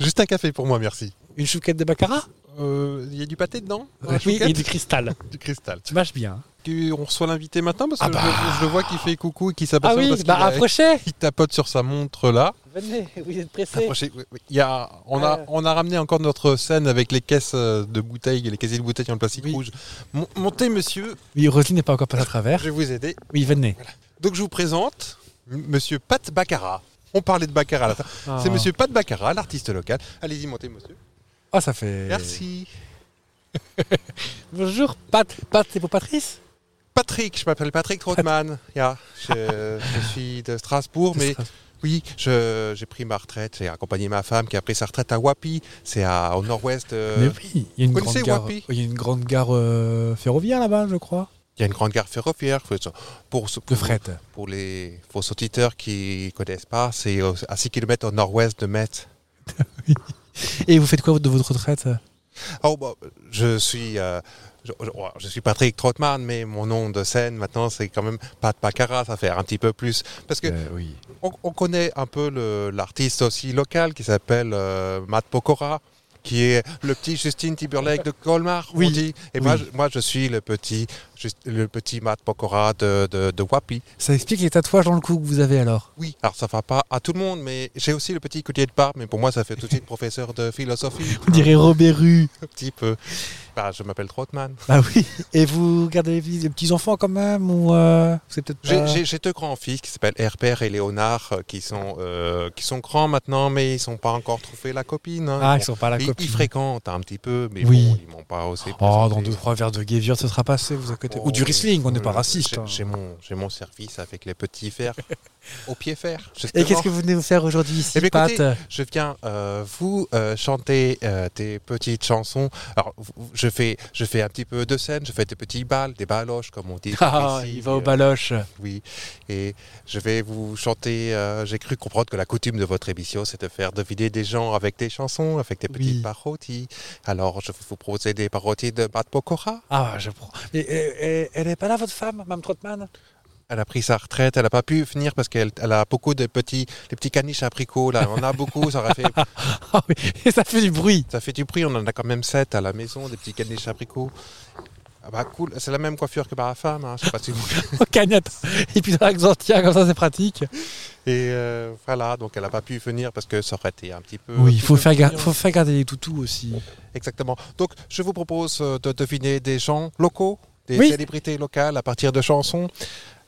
Juste un café pour moi, merci.
Une chouquette de Baccarat
Euh, Il y a du pâté dedans dans la
Oui,
chouquette
et du cristal.
du cristal.
Tu marches bien.
Tu- On reçoit l'invité maintenant parce que
Ah
je-
bah.
je, le vois qui fait coucou et qui
Ah
s'appelle
oui,
parce qu'il
bah
a-
approchez
il tapote sur sa montre là.
Venez, vous êtes pressés.
Approchez, oui, oui. Il y a, on, a,
Euh.
on a ramené encore notre scène avec les caisses euh, de bouteilles et les casiers de bouteilles en plastique
Oui.
rouge. Mon- montez, monsieur,
Oui, Roselyne n'est pas encore passée à
je
travers.
vais vous aider.
Oui, venez.
Donc, je vous présente m- monsieur Pat Baccarat. On parlait de Baccarat à la fin. C'est monsieur Pat Baccarat, l'artiste local. Allez-y, montez, monsieur.
Ah, ça fait.
Merci.
Bonjour, Pat. Pat, c'est pour Patrice
Patrick, je m'appelle Patrick Trotman. je, je suis de Strasbourg, mais oui, je- j'ai pris ma retraite. J'ai accompagné ma femme qui a pris sa retraite à Wapi. C'est à- au nord-ouest. euh,
Mais oui, il y a une
vous
grande
connaissez
gare.
Wapi
Il y a une grande gare euh, ferroviaire là-bas, je crois.
Il y a une grande gare ferroviaire. Faut- Pour, ce-
De
pour,
fret.
pour les faux auditeurs qui ne connaissent pas, c'est au- à 6 km au nord-ouest de Metz.
Et vous faites quoi de votre retraite
Oh, bah, je suis. euh, je, je- oh, je suis Patrick Trotman, mais mon nom de scène maintenant c'est quand même Pat Pacara, ça fait un petit peu plus. Parce que
Euh, Oui.
on, on connaît un peu le- l'artiste aussi local qui s'appelle euh, Matt Pokora, qui est le petit Justine Timberlake de Colmar. on
Oui,
dit. Et
oui.
moi, je, moi je suis le petit, Just- le petit Matt Pokora de, de, de Wapi.
Ça explique les tatouages dans le cou que vous avez alors.
Oui, alors ça va pas à tout le monde, mais j'ai aussi le petit collier de barbe, mais pour moi ça fait tout de suite professeur de philosophie,
On dirait Robert Rue.
un petit peu. Bah, je m'appelle Trotman.
Ah oui. Et vous gardez les petits- les petits-enfants quand même ou euh, C'est peut-être
J'ai-
pas-
J'ai j'ai deux grands-fils qui s'appellent Herbert et Léonard, euh, qui sont, euh, qui sont grands maintenant, mais ils sont pas encore trouvé la copine. hein.
Ah,
Bon,
ils sont pas à la
ils,
copie.
ils fréquentent un petit peu, mais
Oui.
bon, ils m'ont pas osé.
Oh,
présenter.
dans deux, trois verres de Gevier, ce sera passé, vous inquiétez. Ou du
Oh,
Riesling, on n'est
euh,
pas raciste.
j'ai-
hein.
J'ai mon, j'ai mon service avec les petits verres au pied fer.
Et qu'est-ce que vous venez nous faire aujourd'hui ici,
Eh bien,
Pat
écoutez, je viens euh, vous euh, chanter euh, des petites chansons. Alors, vous- je fais, je fais un petit peu de scène, je fais des petits balles, des baloches, comme on dit.
Ah,
ici. euh,
il va aux baloches.
Oui, et je vais vous chanter. euh, J'ai cru comprendre que la coutume de votre émission, c'est de faire deviner des gens avec des chansons, avec des petites
Oui.
parodies. Alors, je vais vous proposer des parodies de Matt Pokora.
Ah, je prends. Mais euh, euh, elle n'est pas là, votre femme, Mme Trottmann
Elle a pris sa retraite, elle n'a pas pu venir parce qu'elle elle a beaucoup de petits, les petits caniches à abricots. Là, on a beaucoup, ça aurait fait
Ah oui, et ça fait du bruit.
Ça fait du prix, on en a quand même 7 à la maison, des petits caniches abricots. Ah bah cool, c'est la même coiffure que ma femme, hein, je sais pas si vous...
Au cagnotte. Et puis dans l'Axantia, comme ça, c'est pratique.
Et euh, voilà, donc elle n'a pas pu venir parce que ça aurait été un petit peu...
Oui, il
un petit
faut,
peu
faire ga-
mignon.
faut faire garder les toutous aussi.
Exactement. Donc je vous propose euh, de deviner des gens locaux, des
Oui.
célébrités locales à partir de chansons.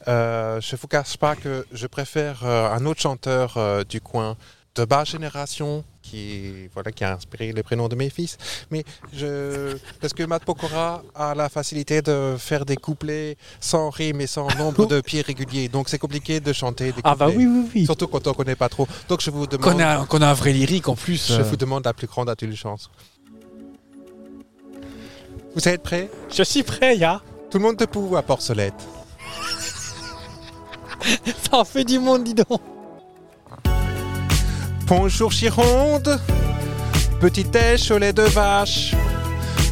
Euh, je vous cache pas que je préfère euh, un autre chanteur euh, du coin de ma génération qui voilà qui a inspiré les prénoms de mes fils mais je parce que Matt Pokora a la facilité de faire des couplets sans rime et sans nombre de pieds réguliers donc c'est compliqué de chanter des couplets
Ah bah oui, oui, oui.
surtout quand on connaît pas trop donc je vous
Qu'on
demande
a, qu'on a un vrai lyrique en plus.
je
euh.
vous demande la plus grande indulgence. Vous êtes prêts
Je suis prêt, ya.
Tout le monde debout à Porcelette.
Ça en fait du monde, dis donc.
Bonjour Gironde Petit déj au lait de vache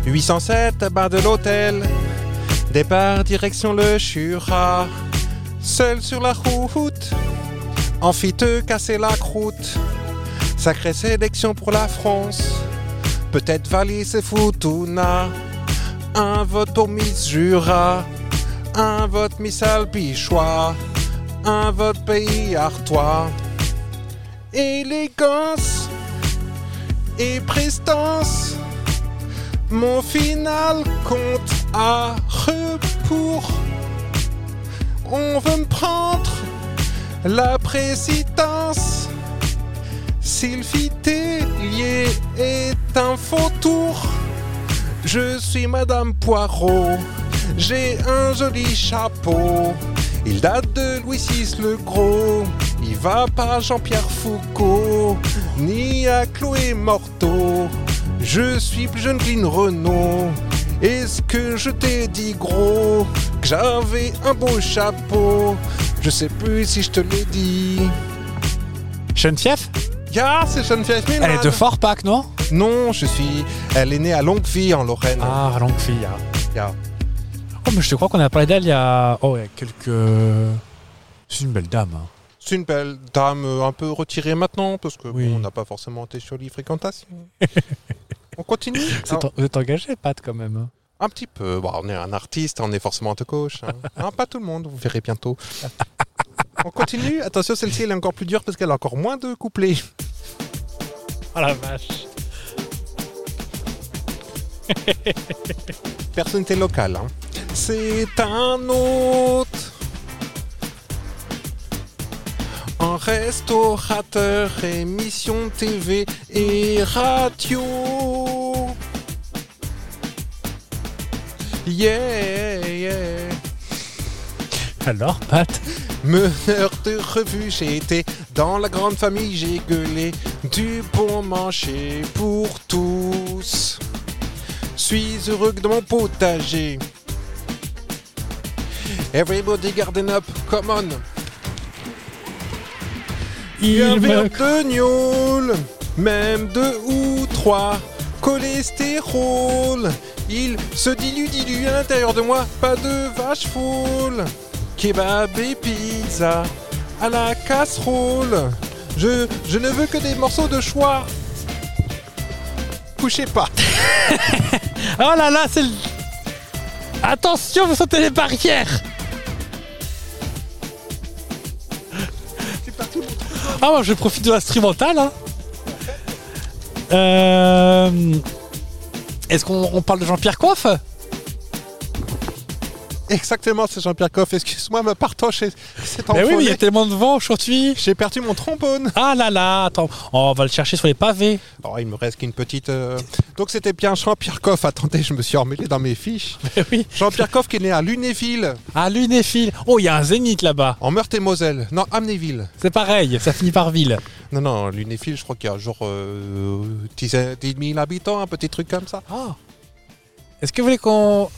807 bar de l'hôtel Départ direction le Jura Seul sur la route Amphiteux casser la croûte Sacrée sélection pour la France Peut-être valise et Futuna Un vote pour Miss Jura Un vote Miss Alpichois Un vote pays Artois élégance et prestance. Mon final compte à rebours. On veut me prendre la présidence. Sylvie Tellier est un faux tour. Je suis Madame Poirot, j'ai un joli chapeau. Il date de Louis VI le Gros, il va pas Jean-Pierre Foucault, ni à Chloé Morteau. Je suis plus jeune qu'une Renault, Est-ce que je t'ai dit gros que j'avais un beau chapeau Je sais plus si je te l'ai dit.
Sean Fief
Ya, c'est Sean Fife
Elle est de Fort Pack, non
Non, je suis. Elle est née à Longueville en Lorraine.
Ah, Langfille.
Ya.
Oh, mais je te crois qu'on a parlé d'elle il y a. Oh, il y a quelques. C'est une belle dame. hein.
C'est une belle dame euh, un peu retirée maintenant parce que
Oui.
bon, on n'a pas forcément été sur les fréquentations. on continue
C'est
Alors,
en- Vous êtes engagé, Pat, quand même. hein.
Un petit peu. Bon, on est un artiste, on est forcément de gauche. hein. Hein, pas tout le monde, vous verrez bientôt. On continue. Attention, celle-ci, elle est encore plus dure parce qu'elle a encore moins de couplets.
Oh la vache.
Personnalité locale. hein. C'est un hôte. Un restaurateur, émission TV et radio. Yeah, yeah.
Alors, Pat
Meneur de revue, j'ai été dans la grande famille, j'ai gueulé du bon manger pour tous. Suis heureux que de mon potager. Everybody garden up, come on.
Il
Un verre
me...
de gnôle, même deux ou trois. Cholestérol, il se dilue, dilue à l'intérieur de moi. Pas de vache foule. Kebab et pizza à la casserole. Je, je ne veux que des morceaux de choix. Couchez pas.
Oh là là, c'est le... Attention, vous sautez les barrières
C'est parti pour toi.
Ah, moi, je profite de l'instrumental, hein Euh... Est-ce qu'on on parle de Jean-Pierre Coiffe
Exactement, c'est Jean-Pierre Coff. Excuse-moi, ma partoche est- s'est
Ben oui, mais il y
envolée.
a tellement de vent aujourd'hui
J'ai perdu mon trombone.
Ah là là, attends, Oh, on va le chercher sur les pavés.
Oh, il me reste qu'une petite. euh, Donc c'était bien Jean-Pierre Coff. Attendez, je me suis emmêlé dans mes fiches.
Ben oui,
Jean-Pierre Coff qui est né à Lunéville,
à Lunéfil. Oh, il y a un zénith là-bas.
en Meurthe-et-Moselle. Non, Amnéville.
C'est pareil, ça finit par ville.
Non, non, Lunéville, je crois qu'il y a genre euh, 10 000 habitants, un petit truc comme ça.
Ah. Est-ce que vous voulez qu'on...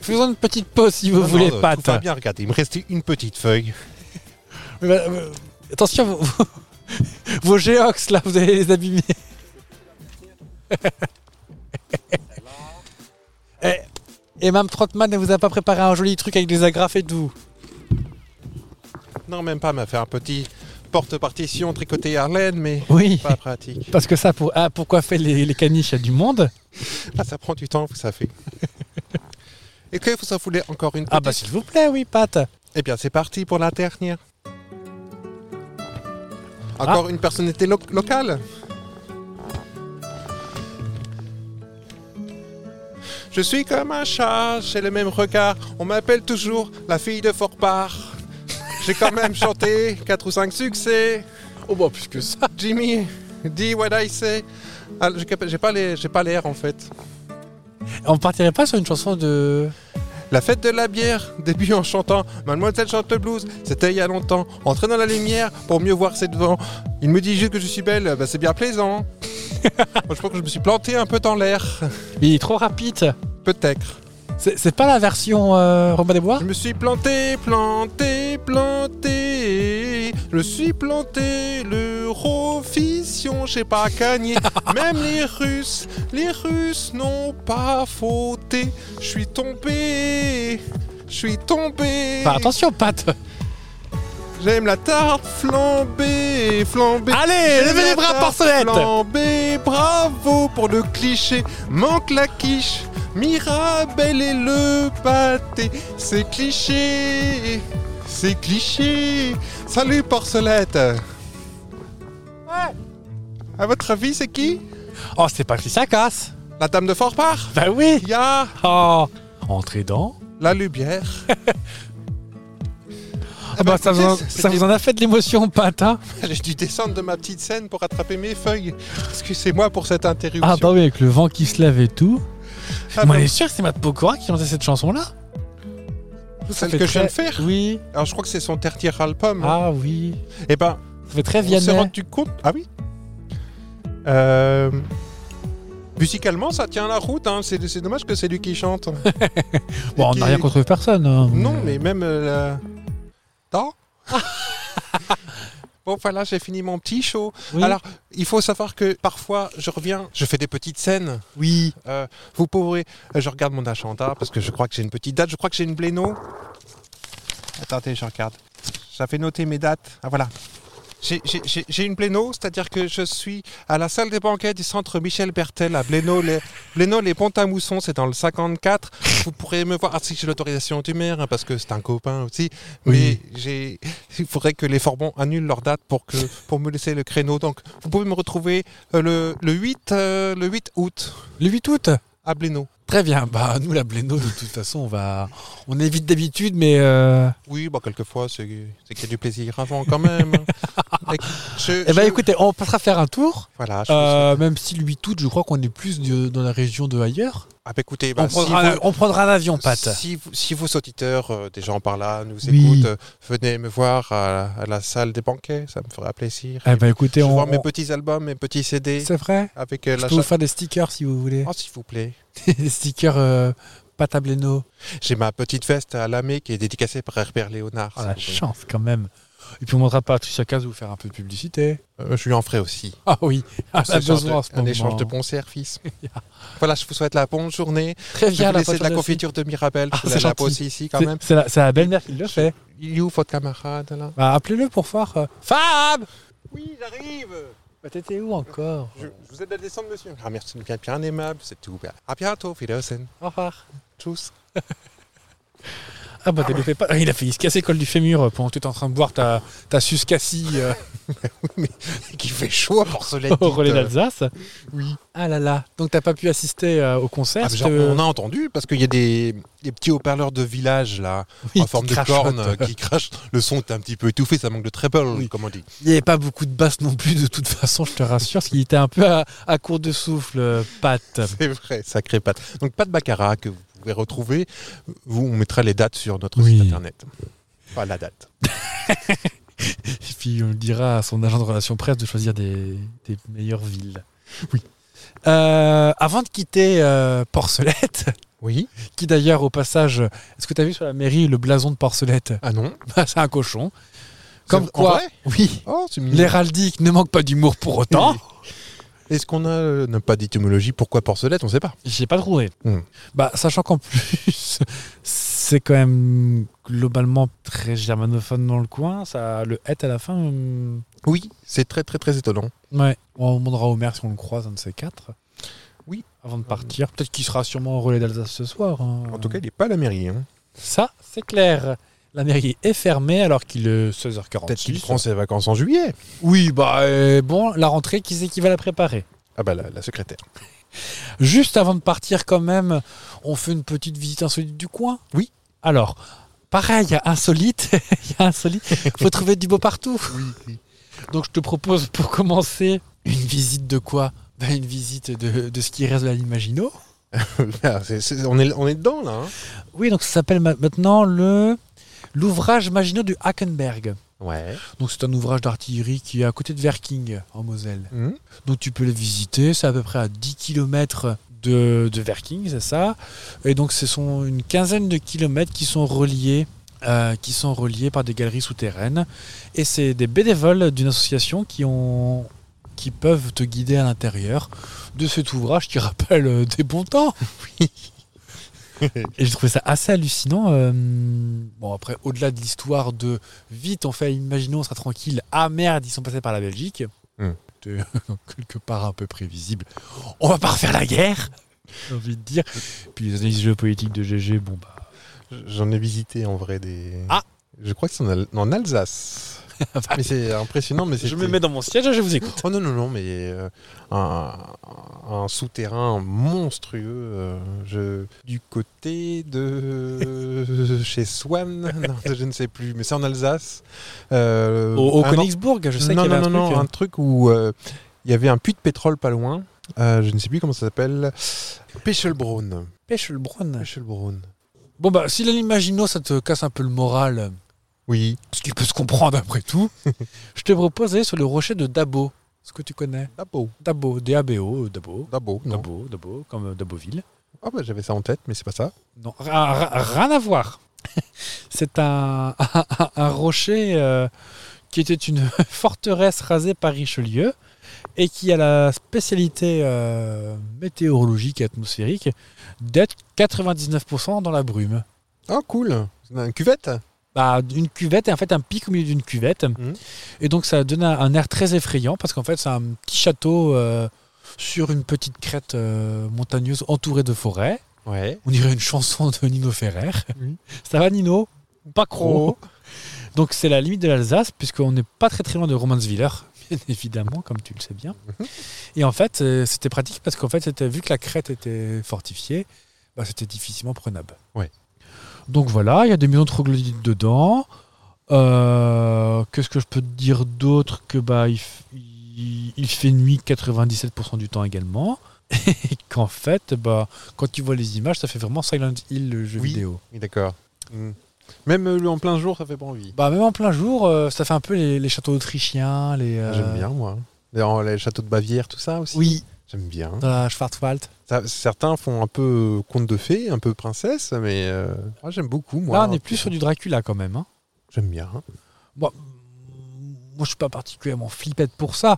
Faisons une petite pause si vous
Non,
voulez,
non, tout
Pat.
va bien, regardez, il me restait une petite feuille.
Mais bah, euh, attention, vos, vos- vos géox là, vous allez les abîmer. et, Eh, et Mme Trotman ne vous a pas préparé un joli truc avec des agrafes et tout.
Non, même pas, elle m'a fait un petit porte-partition tricoté Arlène, mais
Oui.
pas pratique.
Parce que ça, pour, ah, pourquoi fait les, les caniches il y a du monde
Ah, ça prend du temps, vous savez. Est-ce que vous en voulez encore une petite
Ah bah s'il vous plaît, oui, Pat.
Eh bien, c'est parti pour la dernière.
Ah.
Encore une personnalité lo- locale Je suis comme un chat, j'ai le même regard. On m'appelle toujours la fille de Fortpar. J'ai quand même chanté 4 ou 5 succès.
Oh bah plus que ça.
Jimmy, dis what I say. Ah, j'ai cap- j'ai pas les- j'ai pas l'air en fait.
On partirait pas sur une chanson de...
La fête de la bière début en chantant Mademoiselle chante le blues, c'était il y a longtemps. Entrer dans la lumière pour mieux voir ses devants. Il me dit juste que je suis belle, bah c'est bien plaisant. Moi, je crois que je me suis planté un peu dans l'air.
Il est trop rapide.
Peut-être.
C'est c'est pas la version euh, Robin des Bois
Je me suis planté, planté, planté. Je me suis planté, l'Eurovision, j'ai pas gagné. Même les Russes, les Russes n'ont pas fauté. Je suis tombé, je suis tombé.
Enfin, Attention, Pat.
J'aime la tarte flambée, flambée.
Allez,
J'aime
levez les
la
bras,
tarte
porcelette
Flambée, bravo pour le cliché. Manque la quiche, Mirabelle et le pâté. C'est cliché, c'est cliché. Salut, porcelette. Ouais. À votre avis, c'est qui
Oh, c'est pas ça casse.
La dame de Fortpar
Bah oui.
Il y a
Oh, entrez dans.
la lumière.
Ah bah, ça, vous en,
écoutez,
ça vous en a fait de l'émotion, Pat. hein
J'ai dû descendre de ma petite scène pour attraper mes feuilles. Excusez-moi pour cette interruption.
ah bah oui, avec le vent qui se lève et tout.
Ah
Moi,
bah,
on est sûr que c'est Matt Pokora qui lançait cette chanson-là. Ça
celle
fait
que je viens de
très-
faire.
Oui.
Alors je crois que c'est son dernier album.
Ah oui.
Et ben,
Ça fait très
on s'est Ah
Vianney.
rendu compte. Ah oui. Euh, Musicalement, ça tient la route. hein. C'est c'est dommage que c'est lui qui chante.
Bon, on
Qui-
n'a rien contre personne. hein.
Non, mais même euh, la... Non Bon, voilà, j'ai fini mon petit show.
Oui.
Alors, il faut savoir que parfois, je reviens, je fais des petites scènes.
oui.
Euh, vous pourrez... euh, Je regarde mon agenda parce que je crois que j'ai une petite date. Je crois que j'ai une bléno. Attendez, je regarde. J'avais noté mes dates. Ah, voilà. J'ai- J'ai j'ai- j'ai une bléno, c'est-à-dire que je suis à la salle des banquets du centre Michel Bertel à Bléno, les, Bléno, les ponts à mousson, c'est dans le 54. Vous pourrez me voir. Ah, si j'ai l'autorisation du maire, hein, parce que c'est un copain aussi. Mais
Oui.
j'ai, il faudrait que les Forbans annulent leur date pour, que, pour me laisser le créneau. Donc, vous pouvez me retrouver euh, le, le 8, euh, le 8 août
Le 8 août.
à Bléno.
Très bien. Bah, nous, la Bléno, de toute façon, on va, on évite d'habitude, mais euh,
Oui, bah, quelquefois, c'est c'est qu'il y a du plaisir avant quand même. Et que- je,
Eh ben,
je-
écoutez, on passera faire un tour.
Voilà, je-
Euh, même si le 8 août, je crois qu'on est plus de- dans la région de ailleurs.
Ah, bah, écoutez, bah,
on,
si
prendra,
vous-
un- on prendra un avion, Pat.
Si, vous- si vos auditeurs, euh, des gens par là, nous
Oui.
écoutent, euh, venez me voir à, à la salle des banquets, ça me fera plaisir.
Eh ben, écoutez,
je
on,
vois mes
on-
petits albums, mes petits CD
c'est vrai.
avec euh,
Je
la
peux vous
chatte.
faire des stickers si vous voulez.
Oh, s'il vous plaît.
des stickers euh, Pat à Bléno.
J'ai ma petite veste à lamé qui est dédicacée par Herbert Léonard.
Oh,
s'il
la
vous plaît.
chance, quand même. Et puis, on demandera à Patricia Caz de vous faire un peu de publicité.
Euh, je lui en ferai aussi.
Ah oui, on
Ce
a
genre
besoin
de-
en ce
un
moment.
échange de bons services. voilà, je vous souhaite la bonne journée.
Très
Je vais
bien,
vous
la
laisser de la
prochaine
confiture de Mirabelle.
Ah,
je vous
c'est
la- la
gentil.
pose ici quand
C'est-
même.
C'est la, c'est la belle-mère qui le fait.
Il est où votre camarade là
Bah, Appelez-le pour voir. euh, Fab
Oui, j'arrive.
bah, T'étais où encore
Je, vous aide à descendre, monsieur. Ah, merci, bien, bien aimable, c'est tout. À bientôt, Wiedersehen.
Au revoir.
Tchuss.
Ah bah t'as loupé pas. Ah, Il a failli se casser col du fémur euh, pendant que tu en train de boire ta, ta suce cassie euh,
Qui fait chaud à Porcelaine.
au relais
dites, euh,
d'Alsace.
Oui.
Ah là là. Donc t'as pas pu assister euh, au concert.
Ah, mais
parce
genre,
que-
on a entendu parce qu'il y a des, des petits haut-parleurs de village là,
Oui,
en forme
qui
de
crachote.
corne euh, qui crachent. Le son est un petit peu étouffé, ça manque de treble,
Oui.
comme on dit.
Il n'y avait pas beaucoup de basses non plus de toute façon, je te rassure, parce qu'il était un peu à, à court de souffle, euh, Pat.
C'est vrai, sacré pâte. Donc pas de baccarat que vous pouvez retrouver. Vous, on mettra les dates sur notre
Oui.
site internet. Pas la date.
Et puis on le dira à son agent de relations presse de choisir des, des meilleures villes. Oui. avant de quitter euh, Porcelette,
Oui.
qui d'ailleurs au passage, est-ce que tu as vu sur la mairie le blason de Porcelette
Ah non.
Bah, C'est un cochon. Comme
C'est- en
quoi,
vrai
oui,
Oh, c'est mignon.
l'héraldique ne manque pas d'humour pour autant.
Est-ce qu'on a euh, n'a pas d'étymologie Pourquoi porcelette On ne sait pas.
J'ai pas trouvé.
Hmm.
Bah, sachant qu'en plus, c'est quand même globalement très germanophone dans le coin. Ça, le het à la fin. hum,
Oui, c'est très très très étonnant.
Ouais. On demandera au maire si on le croise, un de ces quatre.
Oui.
Avant de partir. Euh, Peut-être qu'il sera sûrement au relais d'Alsace ce soir. hein.
En tout cas, il n'est pas à la mairie. hein.
Ça, c'est clair. La mairie est fermée alors qu'il est
Peut-être qu'il
16h46.
prend ses vacances en juillet.
Oui, bah euh, bon, la rentrée, qui c'est qui va la préparer
Ah bah la, la secrétaire.
Juste avant de partir quand même, on fait une petite visite insolite du coin.
Oui.
Alors, pareil, il y a insolite, il y a insolite, faut trouver du beau partout. Donc je te propose pour commencer une visite de quoi Ben, Une visite de, de ce qui reste de l'Animagino.
Ah, c'est- c'est- on, est, on est dedans là. hein.
Oui, donc ça s'appelle ma- maintenant le l'ouvrage Maginot du Hackenberg.
Ouais.
Donc c'est un ouvrage d'artillerie qui est à côté de Verking en Moselle.
Mhm.
Donc tu peux les visiter, c'est à peu près à 10 km de, de Verking, c'est ça. Et donc ce sont une quinzaine de kilomètres qui sont reliés. euh, qui sont reliés par des galeries souterraines. Et c'est des bénévoles d'une association qui, ont, qui peuvent te guider à l'intérieur de cet ouvrage qui rappelle euh, des bons temps. Et j'ai trouvé ça assez hallucinant. euh, bon, après, au-delà de l'histoire de vite, on fait, imaginons, on sera tranquille. Ah merde, ils sont passés par la Belgique.
Hmm.
C'était quelque part un peu prévisible. On va pas refaire la guerre, j'ai envie de dire. Puis les analyses géopolitiques de GG, bon bah.
J'en ai visité en vrai des.
Ah.
Je crois que c'est en, Al- en Alsace. mais c'est impressionnant. Mais
Je me
c'était-
mets dans mon siège et je vous écoute.
Oh non, non, non, mais euh, un, un souterrain monstrueux euh, je- du côté de chez Swan, non, je ne sais plus, mais c'est en Alsace. Euh,
Au, au
un an-
Königsbourg, je sais
non,
qu'il y avait
non,
un
non,
truc.
non, un truc où euh, il y avait un puits de pétrole pas loin. Euh, je ne sais plus comment ça s'appelle. Pechelbronn.
Pechelbronn.
Pechelbronn.
Bon bah, si l'imagino, ça te casse un peu le moral,
Oui.
ce qui peut se comprendre après tout, je te propose d'aller sur le rocher de Dabo. Est-ce que tu connais
Dabo.
Dabo, D-A-B-O, Dabo.
Dabo, non.
Dabo, Dabo, comme euh, Daboville.
Ah bah, j'avais ça en tête, mais c'est pas ça.
Non, ra- ra- rien à voir. C'est un, un- un rocher euh, qui était une forteresse rasée par Richelieu et qui a la spécialité euh, météorologique et atmosphérique d'être 99% dans la brume.
Ah, cool. C'est une cuvette
Bah, une cuvette et en fait un pic au milieu d'une cuvette.
Mhm.
Et donc ça donne un, un air très effrayant parce qu'en fait c'est un petit château euh, sur une petite crête euh, montagneuse entourée de forêts.
Ouais.
On dirait une chanson de Nino Ferrer.
Oui.
Ça va Nino Pas trop. Donc c'est la limite de l'Alsace, puisqu'on n'est pas très très loin de Romanswiller, bien évidemment, comme tu le sais bien.
Mhm.
Et en fait, euh, c'était pratique parce qu'en fait, c'était- vu que la crête était fortifiée, bah, c'était difficilement prenable.
Ouais.
Donc voilà, il y a des maisons troglodytes dedans. Euh, Qu'est-ce que je peux te dire d'autre que bah, il, f- il- il fait nuit 97% du temps également. Et qu'en fait, bah, quand tu vois les images, ça fait vraiment Silent Hill, le jeu
Oui.
vidéo.
Oui, d'accord. Mm. Même euh, lui en plein jour, ça fait pas envie.
Bah même en plein jour, euh, ça fait un peu les, les châteaux autrichiens, les.
Ah,
euh,
J'aime bien, moi. Dans les châteaux de Bavière, tout ça aussi.
Oui,
J'aime bien.
dans la Schwarzwald.
Ça- certains font un peu euh, conte de fées, un peu princesse, mais euh, moi, j'aime beaucoup. Moi,
Là, on est plus sur du Dracula quand même. hein.
J'aime bien. hein.
Moi, moi, je suis pas particulièrement flippette pour ça.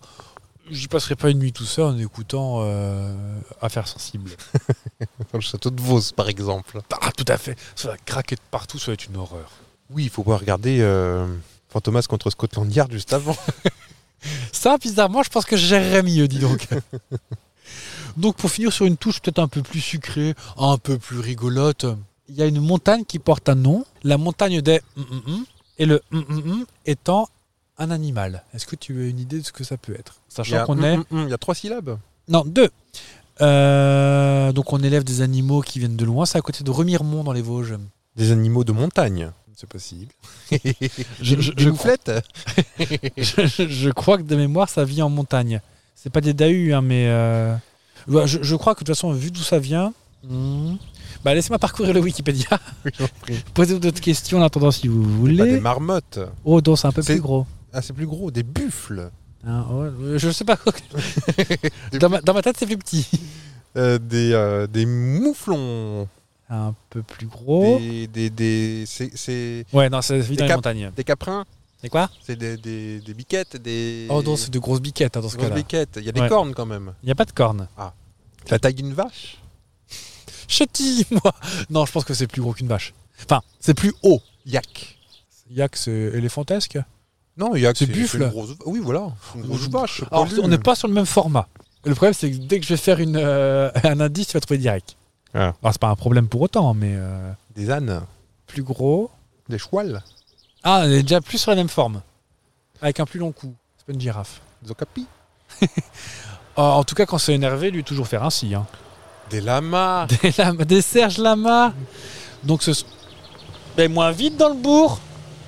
J'y passerai pas une nuit tout seul en écoutant euh, Affaires sensibles.
Dans le château de Vos, par exemple.
Ah, tout à fait. Ça va craquer de partout, ça va être une horreur.
Oui, il faut pas regarder euh, Fantomas contre Scotland Yard juste avant.
Ça, bizarrement, je pense que je gérerais mieux, dis donc. donc, pour finir sur une touche peut-être un peu plus sucrée, un peu plus rigolote, il y a une montagne qui porte un nom, la montagne des hum, hum, hum, et le hum, hum, hum étant un animal. Est-ce que tu as une idée de ce que ça peut être
Il y
Sachant
a-
qu'on
Mm,
est.
mm, mm, il y a trois syllabes.
Non, deux. Euh, donc, on élève des animaux qui viennent de loin, c'est à côté de Remiremont dans les Vosges.
Des animaux de montagne. C'est possible.
Je, je-
Des
je crois,
mouflettes
je- je crois que de mémoire, ça vit en montagne. C'est pas des Dahu, hein, mais. euh, ouais, je, je crois que de toute façon, vu d'où ça vient. hmm, Bah, laissez-moi parcourir le Wikipédia. Posez-vous d'autres questions en attendant si vous
Pas des
voulez.
marmottes.
Oh, donc c'est un peu
C'est-
plus gros.
Ah, c'est plus gros, des buffles.
Hein, ouais, je sais pas. dans, ma, dans ma tête, c'est plus petit.
Euh, des, euh, des mouflons.
Un peu plus gros.
Des, des, des, c'est, c'est
Ouais, non, ça vit
Des
dans les
cap-
montagnes.
des caprins,
C'est quoi
c'est des, des, des biquettes, des.
Oh, donc c'est de grosses biquettes hein, dans ce
grosses
cas-là.
biquettes. Il y a des
Ouais.
cornes quand même.
Il n'y a pas de cornes.
La taille d'une vache
Chutty, moi Non, je pense que c'est plus gros qu'une vache. Enfin, c'est plus haut.
Yak.
Yak, c'est éléphantesque.
Non, yak,
C'est
c'est
buffle.
une grosse. Oui, voilà. Une grosse vache.
Alors,
poilue.
on n'est pas sur le même format. Le problème, c'est que dès que je vais faire une, euh, un indice, tu vas trouver direct.
Ah.
Alors, c'est pas un problème pour autant, mais euh,
Des ânes,
plus gros.
des chouals,
Ah, on est déjà plus sur la même forme. Avec un plus long cou. C'est pas une girafe.
des okapis,
Ah, en tout cas, quand c'est énervé, lui, toujours faire ainsi. hein.
des lamas.
Des, lamas- des Serge Lama. Donc, ce. Ben, moins vite dans le bourg.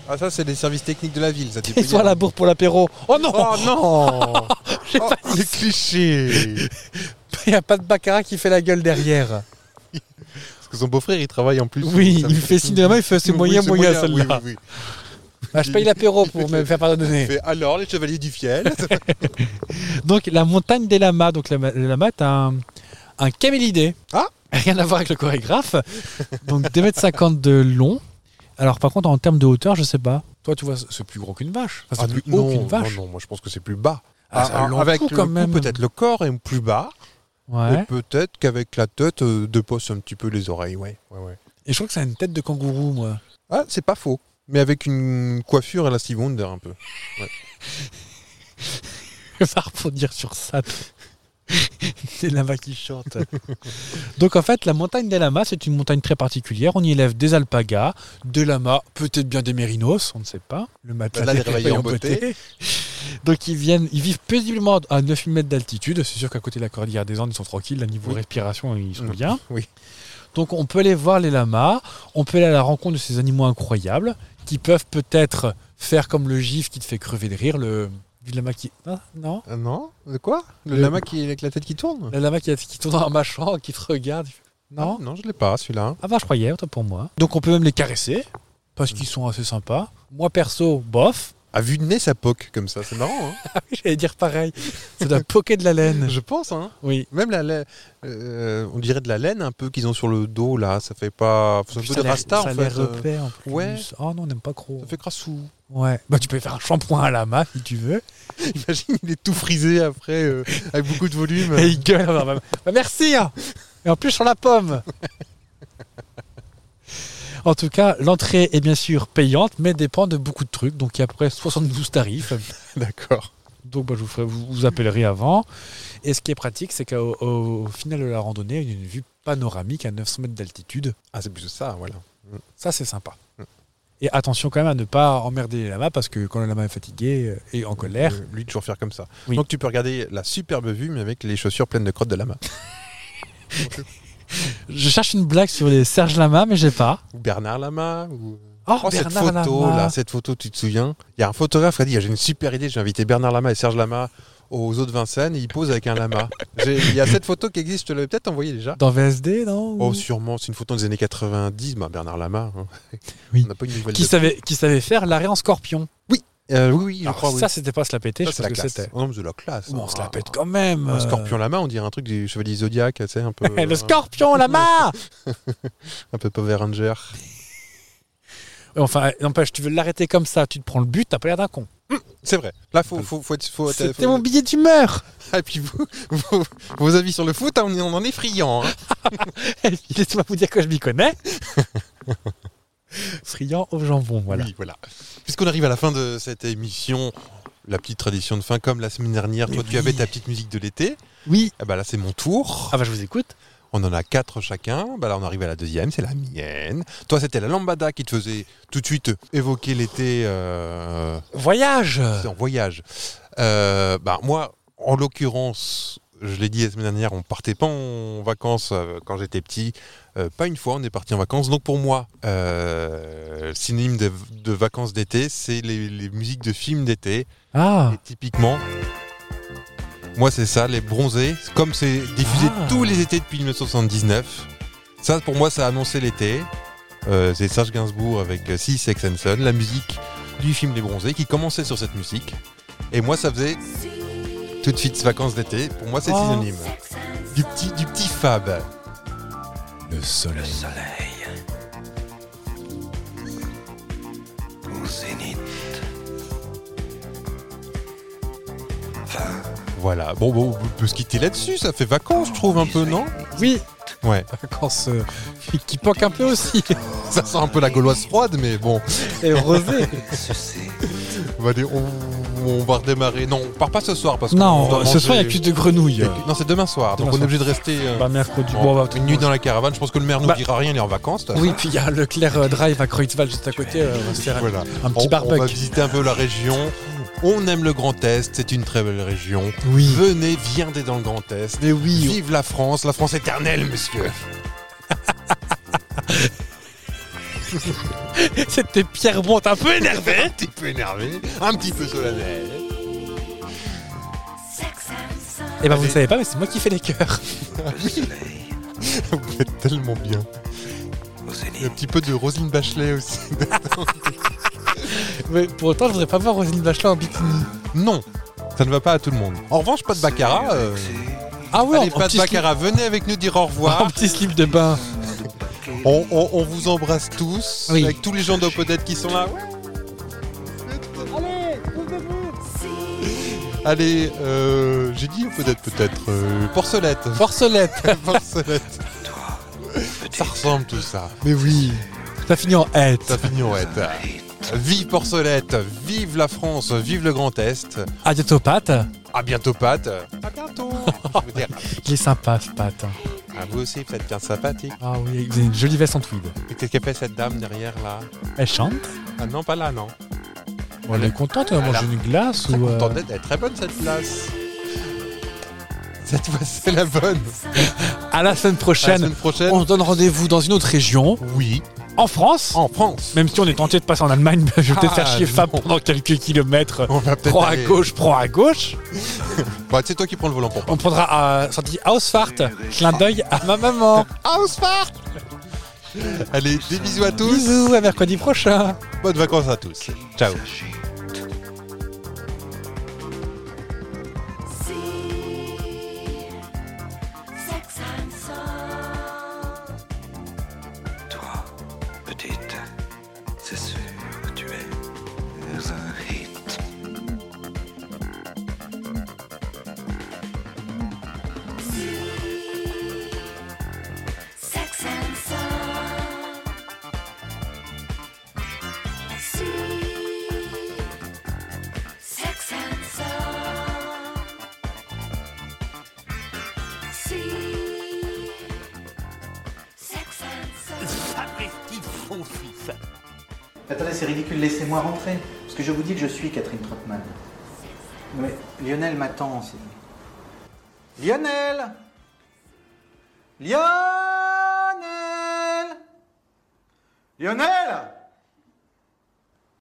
Ah, ça, c'est des services techniques de la ville. Ça, tu peux
Et sur
dire.
la bourre pour l'apéro. Oh non
Oh non
J'ai
Oh,
pas dit
Le cliché
Il n'y a pas de baccarat qui fait la gueule derrière.
Parce que son beau-frère, il travaille en plus.
Oui,
Ça
il fait signe de la main, il fait c'est
Oui,
moyen,
c'est
moyen,
oui,
celle-là.
oui, oui.
Ah, je paye l'apéro pour
Il
me
fait-
faire
Il
pardonner.
fait, alors, les chevaliers du fiel
Donc, la montagne des lamas. Donc, la- le lama est un, un camélidé.
Ah
Rien à voir avec le chorégraphe. Donc, 2m50 de long. Alors, par contre, en termes de hauteur, je sais pas. Ah, Toi, tu vois, c'est plus gros qu'une vache. Enfin, c'est plus haut qu'une vache.
Non, non, moi, je pense que c'est plus bas.
Ah, ça a un long
avec
cou,
le
quand
cou,
même.
peut-être le corps est plus bas. Et
Ouais.
peut-être qu'avec la tête, euh, dépose un petit peu les oreilles. Ouais, ouais, ouais.
Et je trouve que ça a une tête de kangourou, moi.
Ah, c'est pas faux. Mais avec une coiffure à la Steve Wonder un peu.
Ça pour dire sur ça. des lamas qui chantent. Donc en fait, la montagne des lamas, c'est une montagne très particulière. On y élève des alpagas, des lamas, peut-être bien des mérinos, on ne sait pas. Le matelas
Là,
des
des réveillés
réveillés
en beauté.
Donc ils viennent, ils vivent paisiblement à 9000 mètres d'altitude. C'est sûr qu'à côté de la cordillère des Andes, ils sont tranquilles. À niveau
Oui.
respiration, ils sont
Mm.
bien.
Oui.
Donc on peut aller voir les lamas, on peut aller à la rencontre de ces animaux incroyables qui peuvent peut-être faire comme le gif qui te fait crever de rire, le du lama qui... Ah, non
Ah non De quoi Le,
Le-
lama qui est avec la tête qui tourne
Le lama qui, qui tourne en mâchant, qui te regarde. Non
Ah, Non, je l'ai pas, celui-là.
Ah bah je croyais, autant pour moi. Donc on peut même les caresser, parce qu'ils sont assez sympas. Moi perso, bof.
À vue de nez, ça poque comme ça. C'est marrant, hein
J'allais dire pareil. Ça doit poquer de la laine.
Je pense, hein
Oui.
Même la laine, euh, on dirait de la laine un peu qu'ils ont sur le dos là, ça fait pas. C'est un peu
ça
de
les-
rasta
ça
en
les
fait. euh,
repaît en plus.
ouais.
Oh non, on n'aime pas trop.
Ça fait crassou.
Ouais. Bah, tu peux faire un shampoing à la main si tu veux.
Imagine, il est tout frisé après, euh, avec beaucoup de volume.
Et il gueule. Bah, bah, bah, merci hein. Et en plus, sur la pomme En tout cas, l'entrée est bien sûr payante, mais dépend de beaucoup de trucs. Donc, il y a à peu près 72 tarifs.
D'accord.
Donc, bah, je vous, ferai, vous, vous appellerez avant. Et ce qui est pratique, c'est qu'au au- au final de la randonnée, il y a une vue panoramique à 900 mètres d'altitude.
Ah, c'est plus ça, voilà.
Ça, c'est sympa.
Mm.
Et attention quand même à ne pas emmerder les lamas parce que quand le lama est fatigué euh, et en colère,
Euh, lui, toujours faire comme ça.
Oui.
Donc, tu peux regarder la superbe vue, mais avec les chaussures pleines de crottes de lama.
je cherche une blague sur les Serge Lama, mais j'ai pas.
Ou Bernard Lama. Ou...
Oh,
Oh, cette
Bernard
photo
Lama.
là, cette photo, tu te souviens Il y a un photographe qui a dit J'ai une super idée, j'ai invité Bernard Lama et Serge Lama aux eaux de Vincennes, et ils posent avec un lama. J'ai- Il y a cette photo qui existe, je te l'avais peut-être envoyée déjà.
Dans VSD, non
Oh, sûrement, c'est une photo des années 90, bah, Bernard Lama. hein.
Oui.
On n'a pas une nouvelle.
qui,
de-
savait, qui savait faire l'arrêt en scorpion.
Euh, oui, oui, je
Alors,
crois. oui.
ça, c'était pas se la péter,
Ça,
je sais
c'est la
pas ce que
classe.
c'était.
Oh, non, mais c'est de la classe.
Bon, on
hein.
se la pète quand même.
Un scorpion lama, on dirait un truc du chevalier zodiaque, tu sais, un peu,
Euh, Le scorpion Lama
un peu Power Ranger.
Enfin, n'empêche, tu veux l'arrêter comme ça, tu te prends le but, t'as pas l'air d'un con.
C'est vrai. Là, faut, faut, faut être. Faut, faut-
C'était mon billet d'humeur
Ah, puis vous, vos, vos avis sur le foot, hein, on, en- on en est friands. hein.
Et puis, Laissez-moi vous dire que je m'y connais. Friand au jambon, voilà.
Oui, voilà. Puisqu'on arrive à la fin de cette émission, la petite tradition de fin, comme la semaine dernière,
Mais
toi tu
oui.
avais ta petite musique de l'été.
Oui.
Eh ben là, c'est mon tour.
Ah bah je vous écoute.
On en a quatre chacun. Bah là, on arrive à la deuxième, c'est la mienne. Toi, c'était la lambada qui te faisait tout de suite évoquer l'été. euh,
Voyage
C'est en voyage. Euh, bah, moi, en l'occurrence, je l'ai dit la semaine dernière, on partait pas en vacances euh, quand j'étais petit. Euh, pas une fois, on est parti en vacances. Donc pour moi, euh, synonyme de, de vacances d'été, c'est les, les musiques de films d'été.
Ah
Et typiquement, moi c'est ça, les bronzés, comme c'est diffusé
Ah.
tous les étés depuis 1979. Ça pour moi, ça a annoncé l'été. Euh, c'est Serge Gainsbourg avec euh, Six Sex and Son, la musique du film Les Bronzés qui commençait sur cette musique. Et moi ça faisait tout de suite vacances d'été. Pour moi c'est
Oh.
synonyme. Du petit, du petit fab.
Le soleil.
au zénith.
Voilà. Bon, bon, on peut se quitter là-dessus, ça fait vacances je trouve un peu, non
Oui
Ouais.
Vacances euh, qui poque un peu aussi.
Ça sent un peu la gauloise froide mais bon.
Et rosé.
On va, aller- on, on va redémarrer. Non, on part pas ce soir parce que
Non, ce soir il y a plus de grenouilles.
Non, c'est euh, demain soir.
Demain
donc on est
soir.
obligé de rester euh,
Bah mercredi.
en-
Bon, bah,
une nuit dans la caravane. Je pense que le maire nous
Bah-
dira rien, il est en vacances.
Oui, puis il y a Leclerc euh, Drive à Kreuzval juste à côté. euh, on va se faire
Voilà.
un
On,
petit
on va
barbecue.
visiter un peu la région. On aime le Grand Est, c'est une très belle région.
Oui.
Venez, viendez dans le Grand Est.
Mais oui,
Vive la France, la France éternelle, monsieur.
c'était Pierre Bonte un peu énervé.
Un petit peu énervé, un petit peu solennel.
Et bah vous ne savez pas, mais c'est moi qui fais les cœurs.
Vous êtes tellement bien. Il y a un petit peu de Roselyne Bachelet aussi.
Mais pour autant, je voudrais pas voir Roselyne Bachelot en bikini.
Non, ça ne va pas à tout le monde. En revanche, pas de baccarat. euh,
Ah ouais,
Allez,
en, en
pas de
petit slip,
baccarat, venez avec nous dire au
en
revoir.
petit slip de bain.
On, on- on vous embrasse tous,
Oui.
avec tous les gens d'Opodette qui sont là. Allez, euh, j'ai dit Opodette peut-être. euh, porcelette.
Porcelette.
porcelette. Ça ressemble tout ça.
Mais oui. Ça finit en
Ça
hête.
finit en ouais, t'as- Vive Porcelette, vive la France, vive le Grand Est.
À bientôt, Pat.
À bientôt, Pat. À bientôt. Je veux dire,
Il est sympa, ce Pat.
à vous aussi, vous êtes bien sympathique.
Ah oui, il a une jolie veste en tweed.
Et qu'est-ce qu'a fait cette dame derrière là
Elle chante.
Ah non, pas là, non.
Bon, elle est contente, elle a mangé une glace
Très
ou. euh,
content d'être- elle est très bonne cette place. Cette fois, c'est la bonne.
euh, À la semaine
À la
prochaine,
semaine prochaine.
on se donne rendez-vous dans une autre région,
Oui,
en France.
en France.
Même si on est tenté de passer en Allemagne, je vais peut-être
Ah,
faire chier
non.
Fab pendant quelques kilomètres.
On va peut-être.
Prends à
aller-
gauche, prends à gauche.
Bah, c'est toi qui prends le volant pour pas.
On prendra à sortie Hausfahrt. Clin d'œil à ma maman.
Hausfahrt Allez, des bisous à tous.
Bisous, à mercredi prochain.
Bonnes vacances à tous. Ciao.
Sachez tout. petite. C'est sûr, tu es un hit.
Sex and Soul. See, Sex and Soul. See, Sex and Soul.
Attendez, c'est ridicule, laissez-moi rentrer. Parce que je vous dis que je suis Catherine Trottmann. Mais Lionel m'attend. c'est- Lionel Lionel Lionel